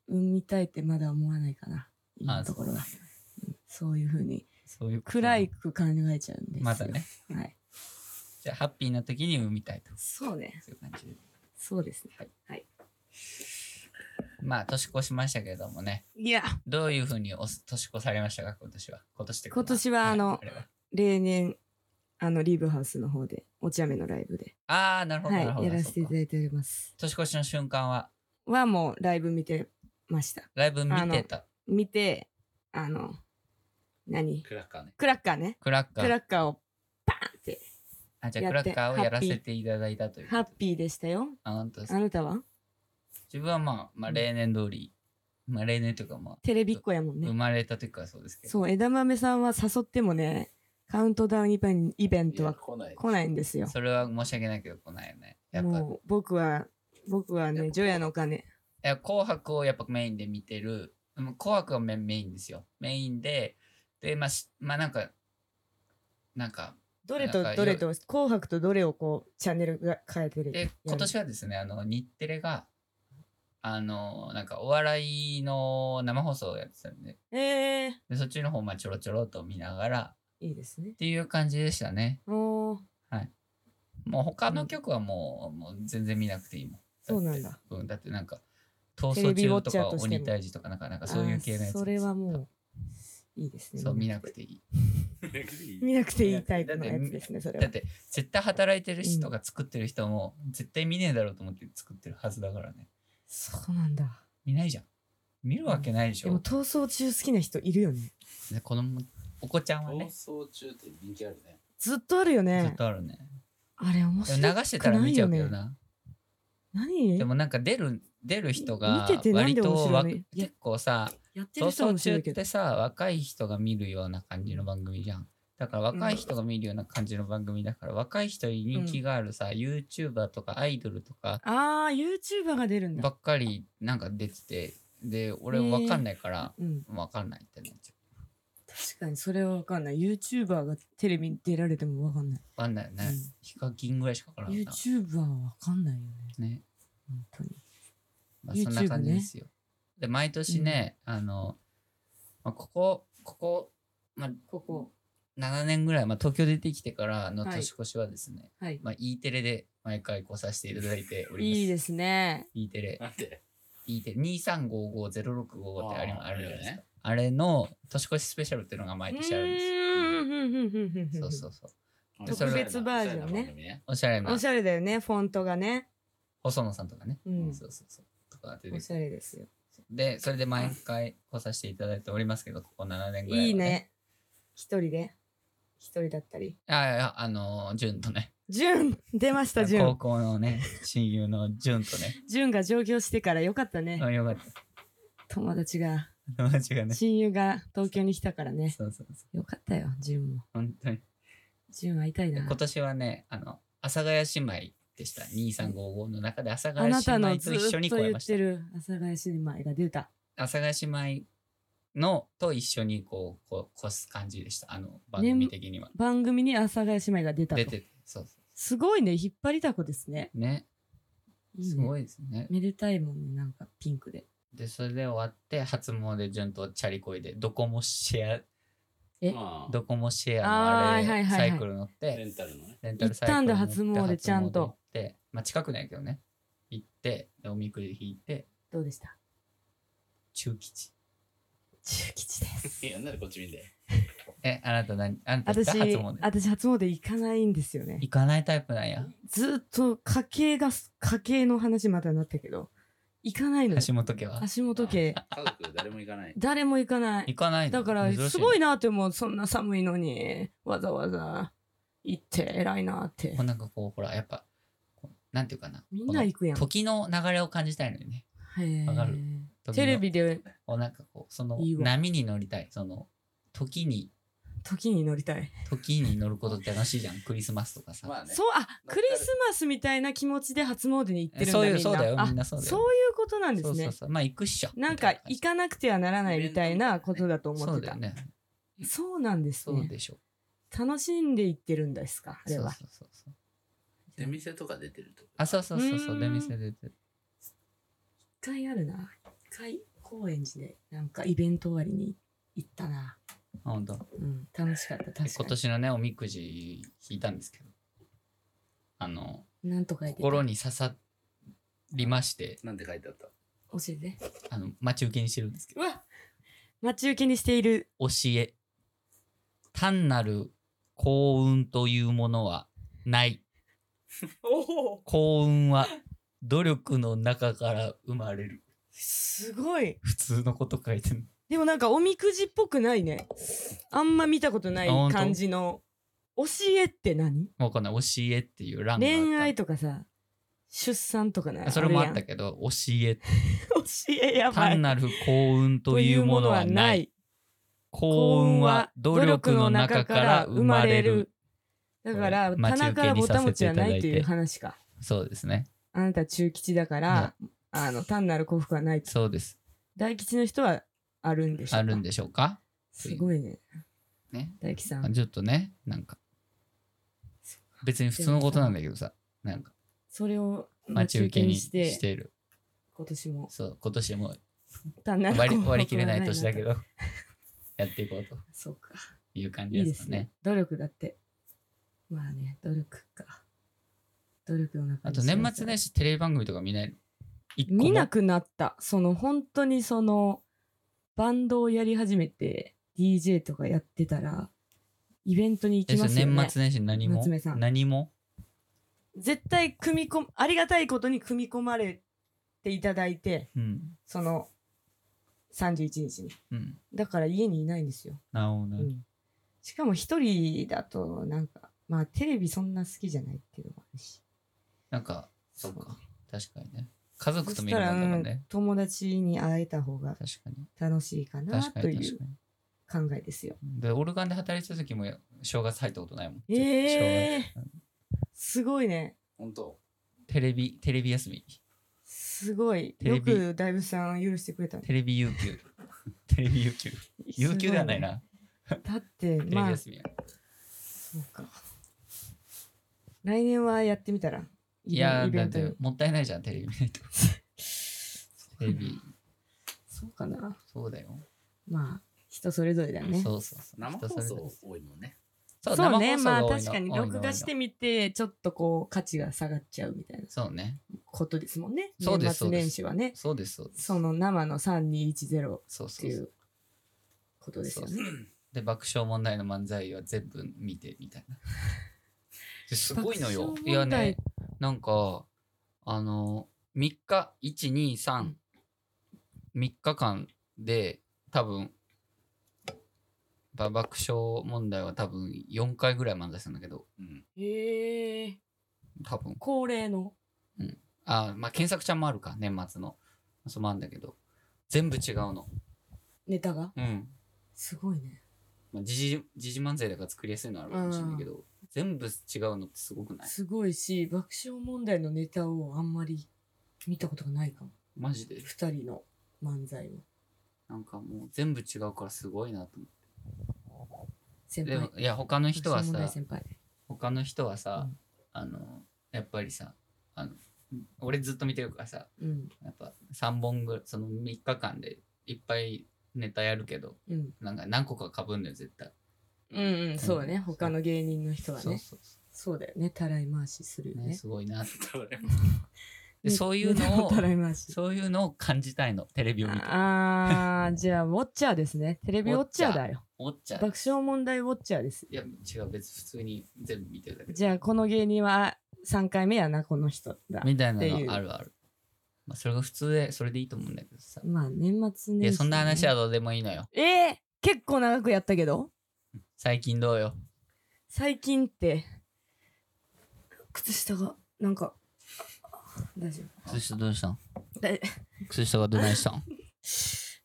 Speaker 1: 産みたいってまだ思わないかな今
Speaker 3: あ
Speaker 1: のところは
Speaker 3: そ
Speaker 1: うんそういうふうに
Speaker 3: そういうこと
Speaker 1: 暗いく考えちゃうんですよ
Speaker 3: まだね
Speaker 1: はい
Speaker 3: じゃあハッピーな時に産みたいと
Speaker 1: そうね
Speaker 3: そういう感じで
Speaker 1: そうですね
Speaker 3: まあ年越しましたけどもね
Speaker 1: いや
Speaker 3: どういうふうにおす年越されましたか今年は今年っていうか
Speaker 1: 今年はあの
Speaker 3: いれは
Speaker 1: 例年あのリーブハウスの方でお茶目のライブで
Speaker 3: ああなるほど、
Speaker 1: は
Speaker 3: なるほ
Speaker 1: い
Speaker 3: ど
Speaker 1: やらせてい
Speaker 3: そ
Speaker 1: た
Speaker 3: うか
Speaker 1: だいております
Speaker 3: 年越しの瞬間は
Speaker 1: はもうライブ見てました
Speaker 3: ライブ見てた
Speaker 1: 見てあの何
Speaker 2: クラッカーね
Speaker 1: クラッカーね
Speaker 3: クラッカ
Speaker 1: ク
Speaker 3: ー
Speaker 1: ラッカーをパーンって
Speaker 3: あじゃあ
Speaker 1: や
Speaker 3: ク
Speaker 1: っ
Speaker 3: ラ
Speaker 1: て
Speaker 3: ッカーをやらせていただいたという
Speaker 1: ハッピーでしたよ
Speaker 3: あ本当です
Speaker 1: あなたは
Speaker 3: 自分はまあ、まあ、例年通り、まあ例年というかまあ
Speaker 1: テレビっ子やもんね
Speaker 3: 生まれた時からそうですけど
Speaker 1: そう、枝豆さんは誘ってもね、カウントダウンイベンイベン
Speaker 2: い
Speaker 1: ト
Speaker 2: や
Speaker 1: は
Speaker 2: 来ない
Speaker 1: 来ないんですよ。
Speaker 3: それは申し訳ないけど来ないよね。やっぱ、い
Speaker 1: もう僕は、僕は
Speaker 3: やっ
Speaker 1: ね、
Speaker 3: ぱ
Speaker 1: ジョヤのお金。
Speaker 3: や紅白をやっぱメインで見てる。でも紅白がメメインですよ。メインで、で、まあ、しまあなんか、なんか、
Speaker 1: どれとどれと紅白とどれをこうチャンネルが変えてる
Speaker 3: で今年はですねあの日テレがあのなんかお笑いの生放送をやってたんで
Speaker 1: ええ
Speaker 3: でそっちの方まあちょろちょろっと見ながら
Speaker 1: いいですね
Speaker 3: っていう感じでしたね
Speaker 1: おー
Speaker 3: もう他の曲はもう,、もう全然見なくていいもん
Speaker 1: そうなんだ
Speaker 3: ってうん、だってなんか逃
Speaker 1: テレ
Speaker 3: 走
Speaker 1: ビウォ
Speaker 3: 中
Speaker 1: ッ
Speaker 3: と
Speaker 1: チャー
Speaker 3: か
Speaker 1: としても
Speaker 3: 鬼退治とかなんかなんかそういう系のやつ
Speaker 1: あーそれはもういいですね
Speaker 3: そう見なくていい
Speaker 1: 見なくていいタイプのやつですねそれ
Speaker 3: だっ
Speaker 1: は
Speaker 3: て絶対働いてる人が作ってる人も絶対見ねえだろうと思って作ってるはずだからね
Speaker 1: そうなんだ
Speaker 3: 見ないじゃん見るわけないでし
Speaker 1: で
Speaker 3: ょ、
Speaker 1: も逃走中好きな人いるよね
Speaker 3: で子供お子ちゃんは
Speaker 4: 逃
Speaker 3: ね
Speaker 4: 走中って人気あるね。
Speaker 1: ずっとあるよ
Speaker 3: ずっ
Speaker 1: ね
Speaker 3: とあるね
Speaker 1: あれ面
Speaker 3: で
Speaker 1: 白
Speaker 3: も
Speaker 1: くないよね
Speaker 3: 流してたら見ちゃうけどな
Speaker 1: 何
Speaker 3: でもなんか出る出る人が
Speaker 1: 見ててなん
Speaker 3: 割
Speaker 1: で面白
Speaker 3: と
Speaker 1: いの
Speaker 3: わ
Speaker 1: いや
Speaker 3: 結構さ
Speaker 5: やって
Speaker 3: 逃
Speaker 5: る人
Speaker 3: 走
Speaker 5: も知ら
Speaker 3: 中っ
Speaker 5: いけど
Speaker 3: てさ若い人が見るような感じの番組じゃんだから若い人が見るような感じの番組だから、若い人に人気があるさ、YouTuber とかアイドルとか
Speaker 1: あー YouTuber が出るん
Speaker 3: ば
Speaker 1: だ
Speaker 3: っかりなんか出ててで俺
Speaker 1: ねえ
Speaker 3: わかんないから
Speaker 1: うん
Speaker 3: わかんないってなっちゃ
Speaker 5: 確かにそれは分かんない YouTuber がテレビに出られても分かんないう
Speaker 3: わかんないよね、
Speaker 5: うん
Speaker 3: ヒカキンぐらいしかわからんなかっ
Speaker 5: YouTuber は分かんないよね
Speaker 3: たね
Speaker 5: 本当に
Speaker 3: まあ、そんな感
Speaker 5: YouTube
Speaker 3: じ
Speaker 5: ね
Speaker 3: ですよ。で、毎年ね、あの、まあ、ここ、ここ、まあ、
Speaker 5: ここ
Speaker 3: 7年ぐらい、まあ、東京出てきてからの
Speaker 5: はい
Speaker 3: 年越しはですね、
Speaker 5: はい
Speaker 3: まあ、E テレで毎回こうさせていただいております。
Speaker 5: いいですね
Speaker 3: E テレ、
Speaker 4: なんで
Speaker 3: E テレ、2355-0655ってあり
Speaker 4: あー
Speaker 3: あるじゃないです
Speaker 4: ある
Speaker 3: か
Speaker 4: よね
Speaker 3: あれの年越しスペシャルっていうのが毎年あるんです
Speaker 1: です
Speaker 3: よ。そうそうそう。
Speaker 5: 特別バージョンね
Speaker 4: ね。
Speaker 3: おしゃれな
Speaker 1: おしゃれだよねフォントがね
Speaker 3: 細野さんとかね。
Speaker 1: うん
Speaker 3: そうそうそう。とか出て
Speaker 1: お
Speaker 3: く
Speaker 1: し
Speaker 3: る
Speaker 1: ゃれですよ
Speaker 3: で、それで毎回来させていただいておりますけど、ここ7年ぐらい、
Speaker 1: いい。ね一人で一人だったり
Speaker 3: あいや、あの、ジュンとね、
Speaker 1: ジュン出ましたジュ
Speaker 3: 高
Speaker 1: ン
Speaker 3: 校のね、親友のジュンと ね、
Speaker 1: ジュンが上京してからよかったね
Speaker 3: あよかった。
Speaker 1: 友達が
Speaker 3: 友達がね、
Speaker 1: 親友が東京に来たからね
Speaker 3: そうそうそう、
Speaker 1: よかったよジュンも
Speaker 3: 本当に。
Speaker 1: ジュン会いたいな
Speaker 3: 今年はね、あの、阿佐ヶ谷姉妹でした。2355の中で阿佐ヶ
Speaker 1: あなた
Speaker 3: 谷姉
Speaker 1: の
Speaker 3: 妹
Speaker 1: ず
Speaker 3: と
Speaker 1: っ
Speaker 3: 一緒
Speaker 1: と
Speaker 3: に超え
Speaker 1: 言
Speaker 3: ま
Speaker 1: っ
Speaker 3: して
Speaker 1: る阿佐ヶ谷姉妹が出た
Speaker 3: た。阿佐ヶ谷姉妹のと一緒にこう、こう、越す感じでした。あの、番
Speaker 1: ね
Speaker 3: 組的には。
Speaker 1: 番組に阿佐ヶ谷姉妹が出た
Speaker 3: 出
Speaker 1: と
Speaker 3: てて、そうそ
Speaker 1: すごいね引っ張りだこですね
Speaker 3: う。ね、
Speaker 1: いい
Speaker 3: す
Speaker 1: ね
Speaker 3: ごいですね。
Speaker 1: めでたいもんねなんかピンクで
Speaker 3: で、それで終わって、初詣、ジュンとチャリこいで、どこもシェ
Speaker 1: え
Speaker 4: ま
Speaker 3: ア、
Speaker 4: あ
Speaker 3: どこもシェアの
Speaker 1: あーは
Speaker 3: あれ、
Speaker 1: いはいはいは
Speaker 3: サ
Speaker 1: い
Speaker 3: イクル乗って、
Speaker 4: レンタルのね。
Speaker 3: レンタルサイクル
Speaker 1: 行ったんだ
Speaker 3: に乗って
Speaker 1: 初詣ちゃんと
Speaker 3: 初詣行ってまあ近くないけどね行ってでおみくじ引いて
Speaker 1: どうでした
Speaker 3: 中吉
Speaker 1: 中吉です
Speaker 4: いや、なんでこっち見んだよ。
Speaker 3: えあなた何あなた行っ
Speaker 1: 私
Speaker 3: た初詣
Speaker 1: 私初詣行かないんですよね
Speaker 3: 行かないタイプなんや
Speaker 1: ずっと家計が家計の話またなったけど行かないのよ
Speaker 3: 橋本家は
Speaker 1: 足元計
Speaker 4: 家族誰も行かない。
Speaker 1: 誰も行かない
Speaker 3: 行かないの
Speaker 1: だから
Speaker 3: 珍し
Speaker 1: すごい
Speaker 3: い
Speaker 1: なって思うそんな寒いのにわざわざ行って偉いなって
Speaker 3: こうなんかこうほらやっぱこうなんていうかな
Speaker 1: みんな行くやん
Speaker 3: この時の流れを感じたいのよね
Speaker 1: へー
Speaker 3: わかる時の
Speaker 1: テレビで
Speaker 3: こうなんかこうその
Speaker 1: いいわ
Speaker 3: 波に乗りたいその時に
Speaker 1: 時に乗りたい、
Speaker 3: 時に乗ることって楽しいじゃんクリスマスとかさ、
Speaker 4: まあね。
Speaker 1: そうあクリスマスみたいな気持ちで初詣に行ってるんだ
Speaker 3: そう
Speaker 1: みん
Speaker 3: い
Speaker 1: な
Speaker 3: うそうだよ
Speaker 1: あ
Speaker 3: みんなそうだよ
Speaker 1: いうことなんです
Speaker 3: そ
Speaker 1: ね
Speaker 3: うそうそうまあ行くっしょ
Speaker 1: なん
Speaker 3: み
Speaker 1: か
Speaker 3: たい感じ
Speaker 1: 行かなくてはならないみたいなことだと思
Speaker 3: そ
Speaker 1: っ
Speaker 3: う
Speaker 1: て
Speaker 3: だ
Speaker 1: た
Speaker 3: よね
Speaker 1: そうなんです
Speaker 3: そう
Speaker 1: ね
Speaker 3: でしょ
Speaker 1: 楽しんで行ってるんですかあれは
Speaker 3: そうそうそうそう
Speaker 4: 出店とか出てると。
Speaker 3: あ、そうそうそうそうう、
Speaker 1: ーん
Speaker 3: 出店出てる。
Speaker 1: 一回あるな一回高円寺でなんかイベント終わりに行ったな
Speaker 3: あ本当。
Speaker 1: うん楽しかった確かに
Speaker 3: 今年のね、おみくじ引いたんですけど、あの、
Speaker 1: なんとか言ってた
Speaker 3: 心に刺さりまして、
Speaker 4: なんて書いてあった
Speaker 1: 教えて
Speaker 3: あの、待ち受けにしてるんですけど、
Speaker 1: わ待ち受けにしている
Speaker 3: 教え。単なる幸運というものはない。
Speaker 1: おお
Speaker 3: 幸運は努力の中から生まれる。
Speaker 1: すごい
Speaker 3: 普通のこと書いてる。
Speaker 1: でもなんかおみくじっぽくないねあんま見たことない
Speaker 3: あ本当
Speaker 1: 感じの教えって何
Speaker 3: わかんない。教えっていう欄があった。
Speaker 1: 恋愛とかさ出産とかない
Speaker 3: それもあっ
Speaker 1: る
Speaker 3: たけど、教え。
Speaker 1: やん教えやばい
Speaker 3: 単なる幸運というものはない。幸運は努力の中から生まれる。
Speaker 1: だから
Speaker 3: これ
Speaker 1: 棚からぼたもちはないと
Speaker 3: 待ち受けにさせていただい
Speaker 1: い
Speaker 3: て
Speaker 1: う話か
Speaker 3: そうですね。
Speaker 1: あなた中吉だから、あの単なる幸福はないと
Speaker 3: そうです。
Speaker 1: 大吉の人はあるんでしょうか
Speaker 3: あるんでしょうか
Speaker 1: すごいね
Speaker 3: ね。
Speaker 1: 大吉さん
Speaker 3: ちょっとね、なんか、別に普通のことなんだけどさ、なんか
Speaker 1: それを
Speaker 3: 待ち受けにし
Speaker 1: して
Speaker 3: てる。
Speaker 1: 今年も
Speaker 3: そう、今年も
Speaker 1: 単なる
Speaker 3: 割り
Speaker 1: 幸福は
Speaker 3: 割り切れない年だけ
Speaker 1: な
Speaker 3: ど、やっていこうと
Speaker 2: そうか。
Speaker 3: いう感
Speaker 2: い
Speaker 3: じ
Speaker 2: い
Speaker 3: で
Speaker 2: ですす
Speaker 3: かね
Speaker 2: ね。。努力だって。まあね、努力か。努力の中
Speaker 3: あ
Speaker 2: に
Speaker 3: と年末
Speaker 2: 幸せ
Speaker 3: 年始テレビ番組とか見ないの一個も
Speaker 1: 見なくなったその本当にそのバンドをやり始めて DJ とかやってたらイベントに行
Speaker 3: え
Speaker 1: き
Speaker 3: そ
Speaker 1: ま
Speaker 3: れ
Speaker 1: すよね
Speaker 3: 年末年始何も
Speaker 1: 夏目さん
Speaker 3: 何も
Speaker 1: 絶対組み込むありがたいことに組み込まれていただいて
Speaker 3: うん。
Speaker 1: その31日に
Speaker 3: うん。
Speaker 1: だから家にいないんですよ、
Speaker 3: なるほどね。
Speaker 1: うんしかも一人だとなんかまあテレビそんな好きじゃないっていうのもあるし
Speaker 3: なんか、そうか
Speaker 1: そ。
Speaker 3: 確かにね。
Speaker 1: そ
Speaker 3: 家族と
Speaker 1: し
Speaker 3: 見
Speaker 1: た
Speaker 3: る
Speaker 1: ら、
Speaker 3: もんだも
Speaker 1: うんん
Speaker 3: ね。
Speaker 1: 友達に会えた方が
Speaker 3: 確かに。
Speaker 1: 楽しいかな
Speaker 3: 確か
Speaker 1: と
Speaker 3: に
Speaker 1: い
Speaker 3: 確
Speaker 1: う
Speaker 3: かに。
Speaker 1: 考えですよ
Speaker 3: で、オルガンで働いてた時も正月入ったことないもん。
Speaker 1: えー
Speaker 3: 正月
Speaker 1: すごいね
Speaker 4: 本当
Speaker 3: テレビ、テレビ休み。
Speaker 1: すごい。
Speaker 3: テレ
Speaker 1: よ
Speaker 3: ビ
Speaker 1: くだいぶさん許してくれたね。
Speaker 3: テレビ有 給。テレビ有給。有給ではない
Speaker 1: す
Speaker 3: な。
Speaker 1: ごいね。だって、
Speaker 3: テレビ
Speaker 1: まあ、
Speaker 3: 休みや。
Speaker 1: そうか。来年はやってみたら。
Speaker 3: いや
Speaker 1: イ
Speaker 3: ー、
Speaker 1: ベ
Speaker 3: だ
Speaker 1: ン
Speaker 3: っ
Speaker 1: トに
Speaker 3: てもったいないじゃん、テレビ見ないと。テレビ、
Speaker 2: そうかな。
Speaker 3: そうだよ。
Speaker 2: まあ、人それぞれだね。
Speaker 3: そうそうそう。
Speaker 4: 生
Speaker 3: 人そ
Speaker 4: 放
Speaker 3: れぞれ
Speaker 4: 送多いもんね。
Speaker 3: そう
Speaker 1: そうね、
Speaker 3: 生
Speaker 1: まあ
Speaker 3: 放送が多い
Speaker 1: 確
Speaker 3: の
Speaker 1: かに録画して。みて、ちょっとこう価値が下がっちゃうみたいな
Speaker 3: 多いのそうね。
Speaker 1: ことですもんね。
Speaker 3: そうです
Speaker 1: 年末年始はね。
Speaker 3: そうです、そうです。
Speaker 1: その生の3210っ
Speaker 3: そう
Speaker 1: て
Speaker 3: そう
Speaker 1: い
Speaker 3: そう
Speaker 1: うことですよね。
Speaker 3: で、爆笑問題の漫才は全部見てみたいな。ですごいのよ
Speaker 1: 爆。笑
Speaker 3: いや
Speaker 1: 問題
Speaker 3: ね、なんか、あの、3日、1、2、3、3日間で、多分、ば爆笑問題は多分4回ぐらい漫才したんだけど、
Speaker 4: うん。
Speaker 1: へえ。
Speaker 3: 多分、
Speaker 1: 恒例の。
Speaker 3: あ、まあ、検索ちゃんもあるか、年末の。そうもあるんだけど、全部違うの。
Speaker 1: ネタが
Speaker 3: うん。
Speaker 1: すごいね。
Speaker 3: まあ、時事時事漫才だから作りやすいのはあるかもしれないけど、全部違うのってすごくない
Speaker 1: すごいし、爆笑問題のネタをあんまり見たことがないかも。
Speaker 3: マジで
Speaker 1: 二人の漫才を。
Speaker 3: なんかもう全部違うからすごいなと思
Speaker 1: 先
Speaker 3: ってで
Speaker 1: 輩
Speaker 3: も。いや他の人は
Speaker 1: 爆笑問題
Speaker 3: さ
Speaker 1: 先輩。
Speaker 3: 他の人はさ、
Speaker 1: うん
Speaker 3: あのやっぱりさあの俺ずっと見てるからさ
Speaker 1: うん。
Speaker 3: やっぱ3本ぐらいその3日間でいっぱいネタやるけど
Speaker 1: うん。
Speaker 3: なんか何個かかぶんのよ絶対
Speaker 1: うんうん、そうだね。他の芸人の人は
Speaker 3: そう
Speaker 1: ね。
Speaker 3: そうそ
Speaker 1: そうだよね。たらい回しする
Speaker 3: う、
Speaker 1: よ
Speaker 3: ね、
Speaker 1: ね。
Speaker 3: すごいな
Speaker 4: 誰も
Speaker 3: でそういう
Speaker 1: ネタ
Speaker 3: のを
Speaker 1: たらい回し。
Speaker 3: そういうのを感じたいのテレビを見て
Speaker 1: あー、じゃあ、ウォッチャーです ね。テレビウォッチャーだよ。
Speaker 3: 思っちゃう
Speaker 1: 爆笑問題ウォッチャーです。
Speaker 3: いや違う別に普通に全部見てるだけ
Speaker 1: じゃあ、この芸人は3回目やな、この人だ。
Speaker 3: みたいな
Speaker 1: っていう
Speaker 3: のあるある、まあ、それが普通でそれでいいと思うんだけどさ
Speaker 1: まあ、年末年始、
Speaker 3: いや、そんな話は
Speaker 1: は。
Speaker 3: どうでもいいのよ。
Speaker 1: えー、結構長くやったけど
Speaker 3: 最近どうよ。
Speaker 1: 最近って、靴下が、なんか、あ大丈夫。
Speaker 3: 靴下どうしたん
Speaker 1: え
Speaker 3: 靴下がどないしたん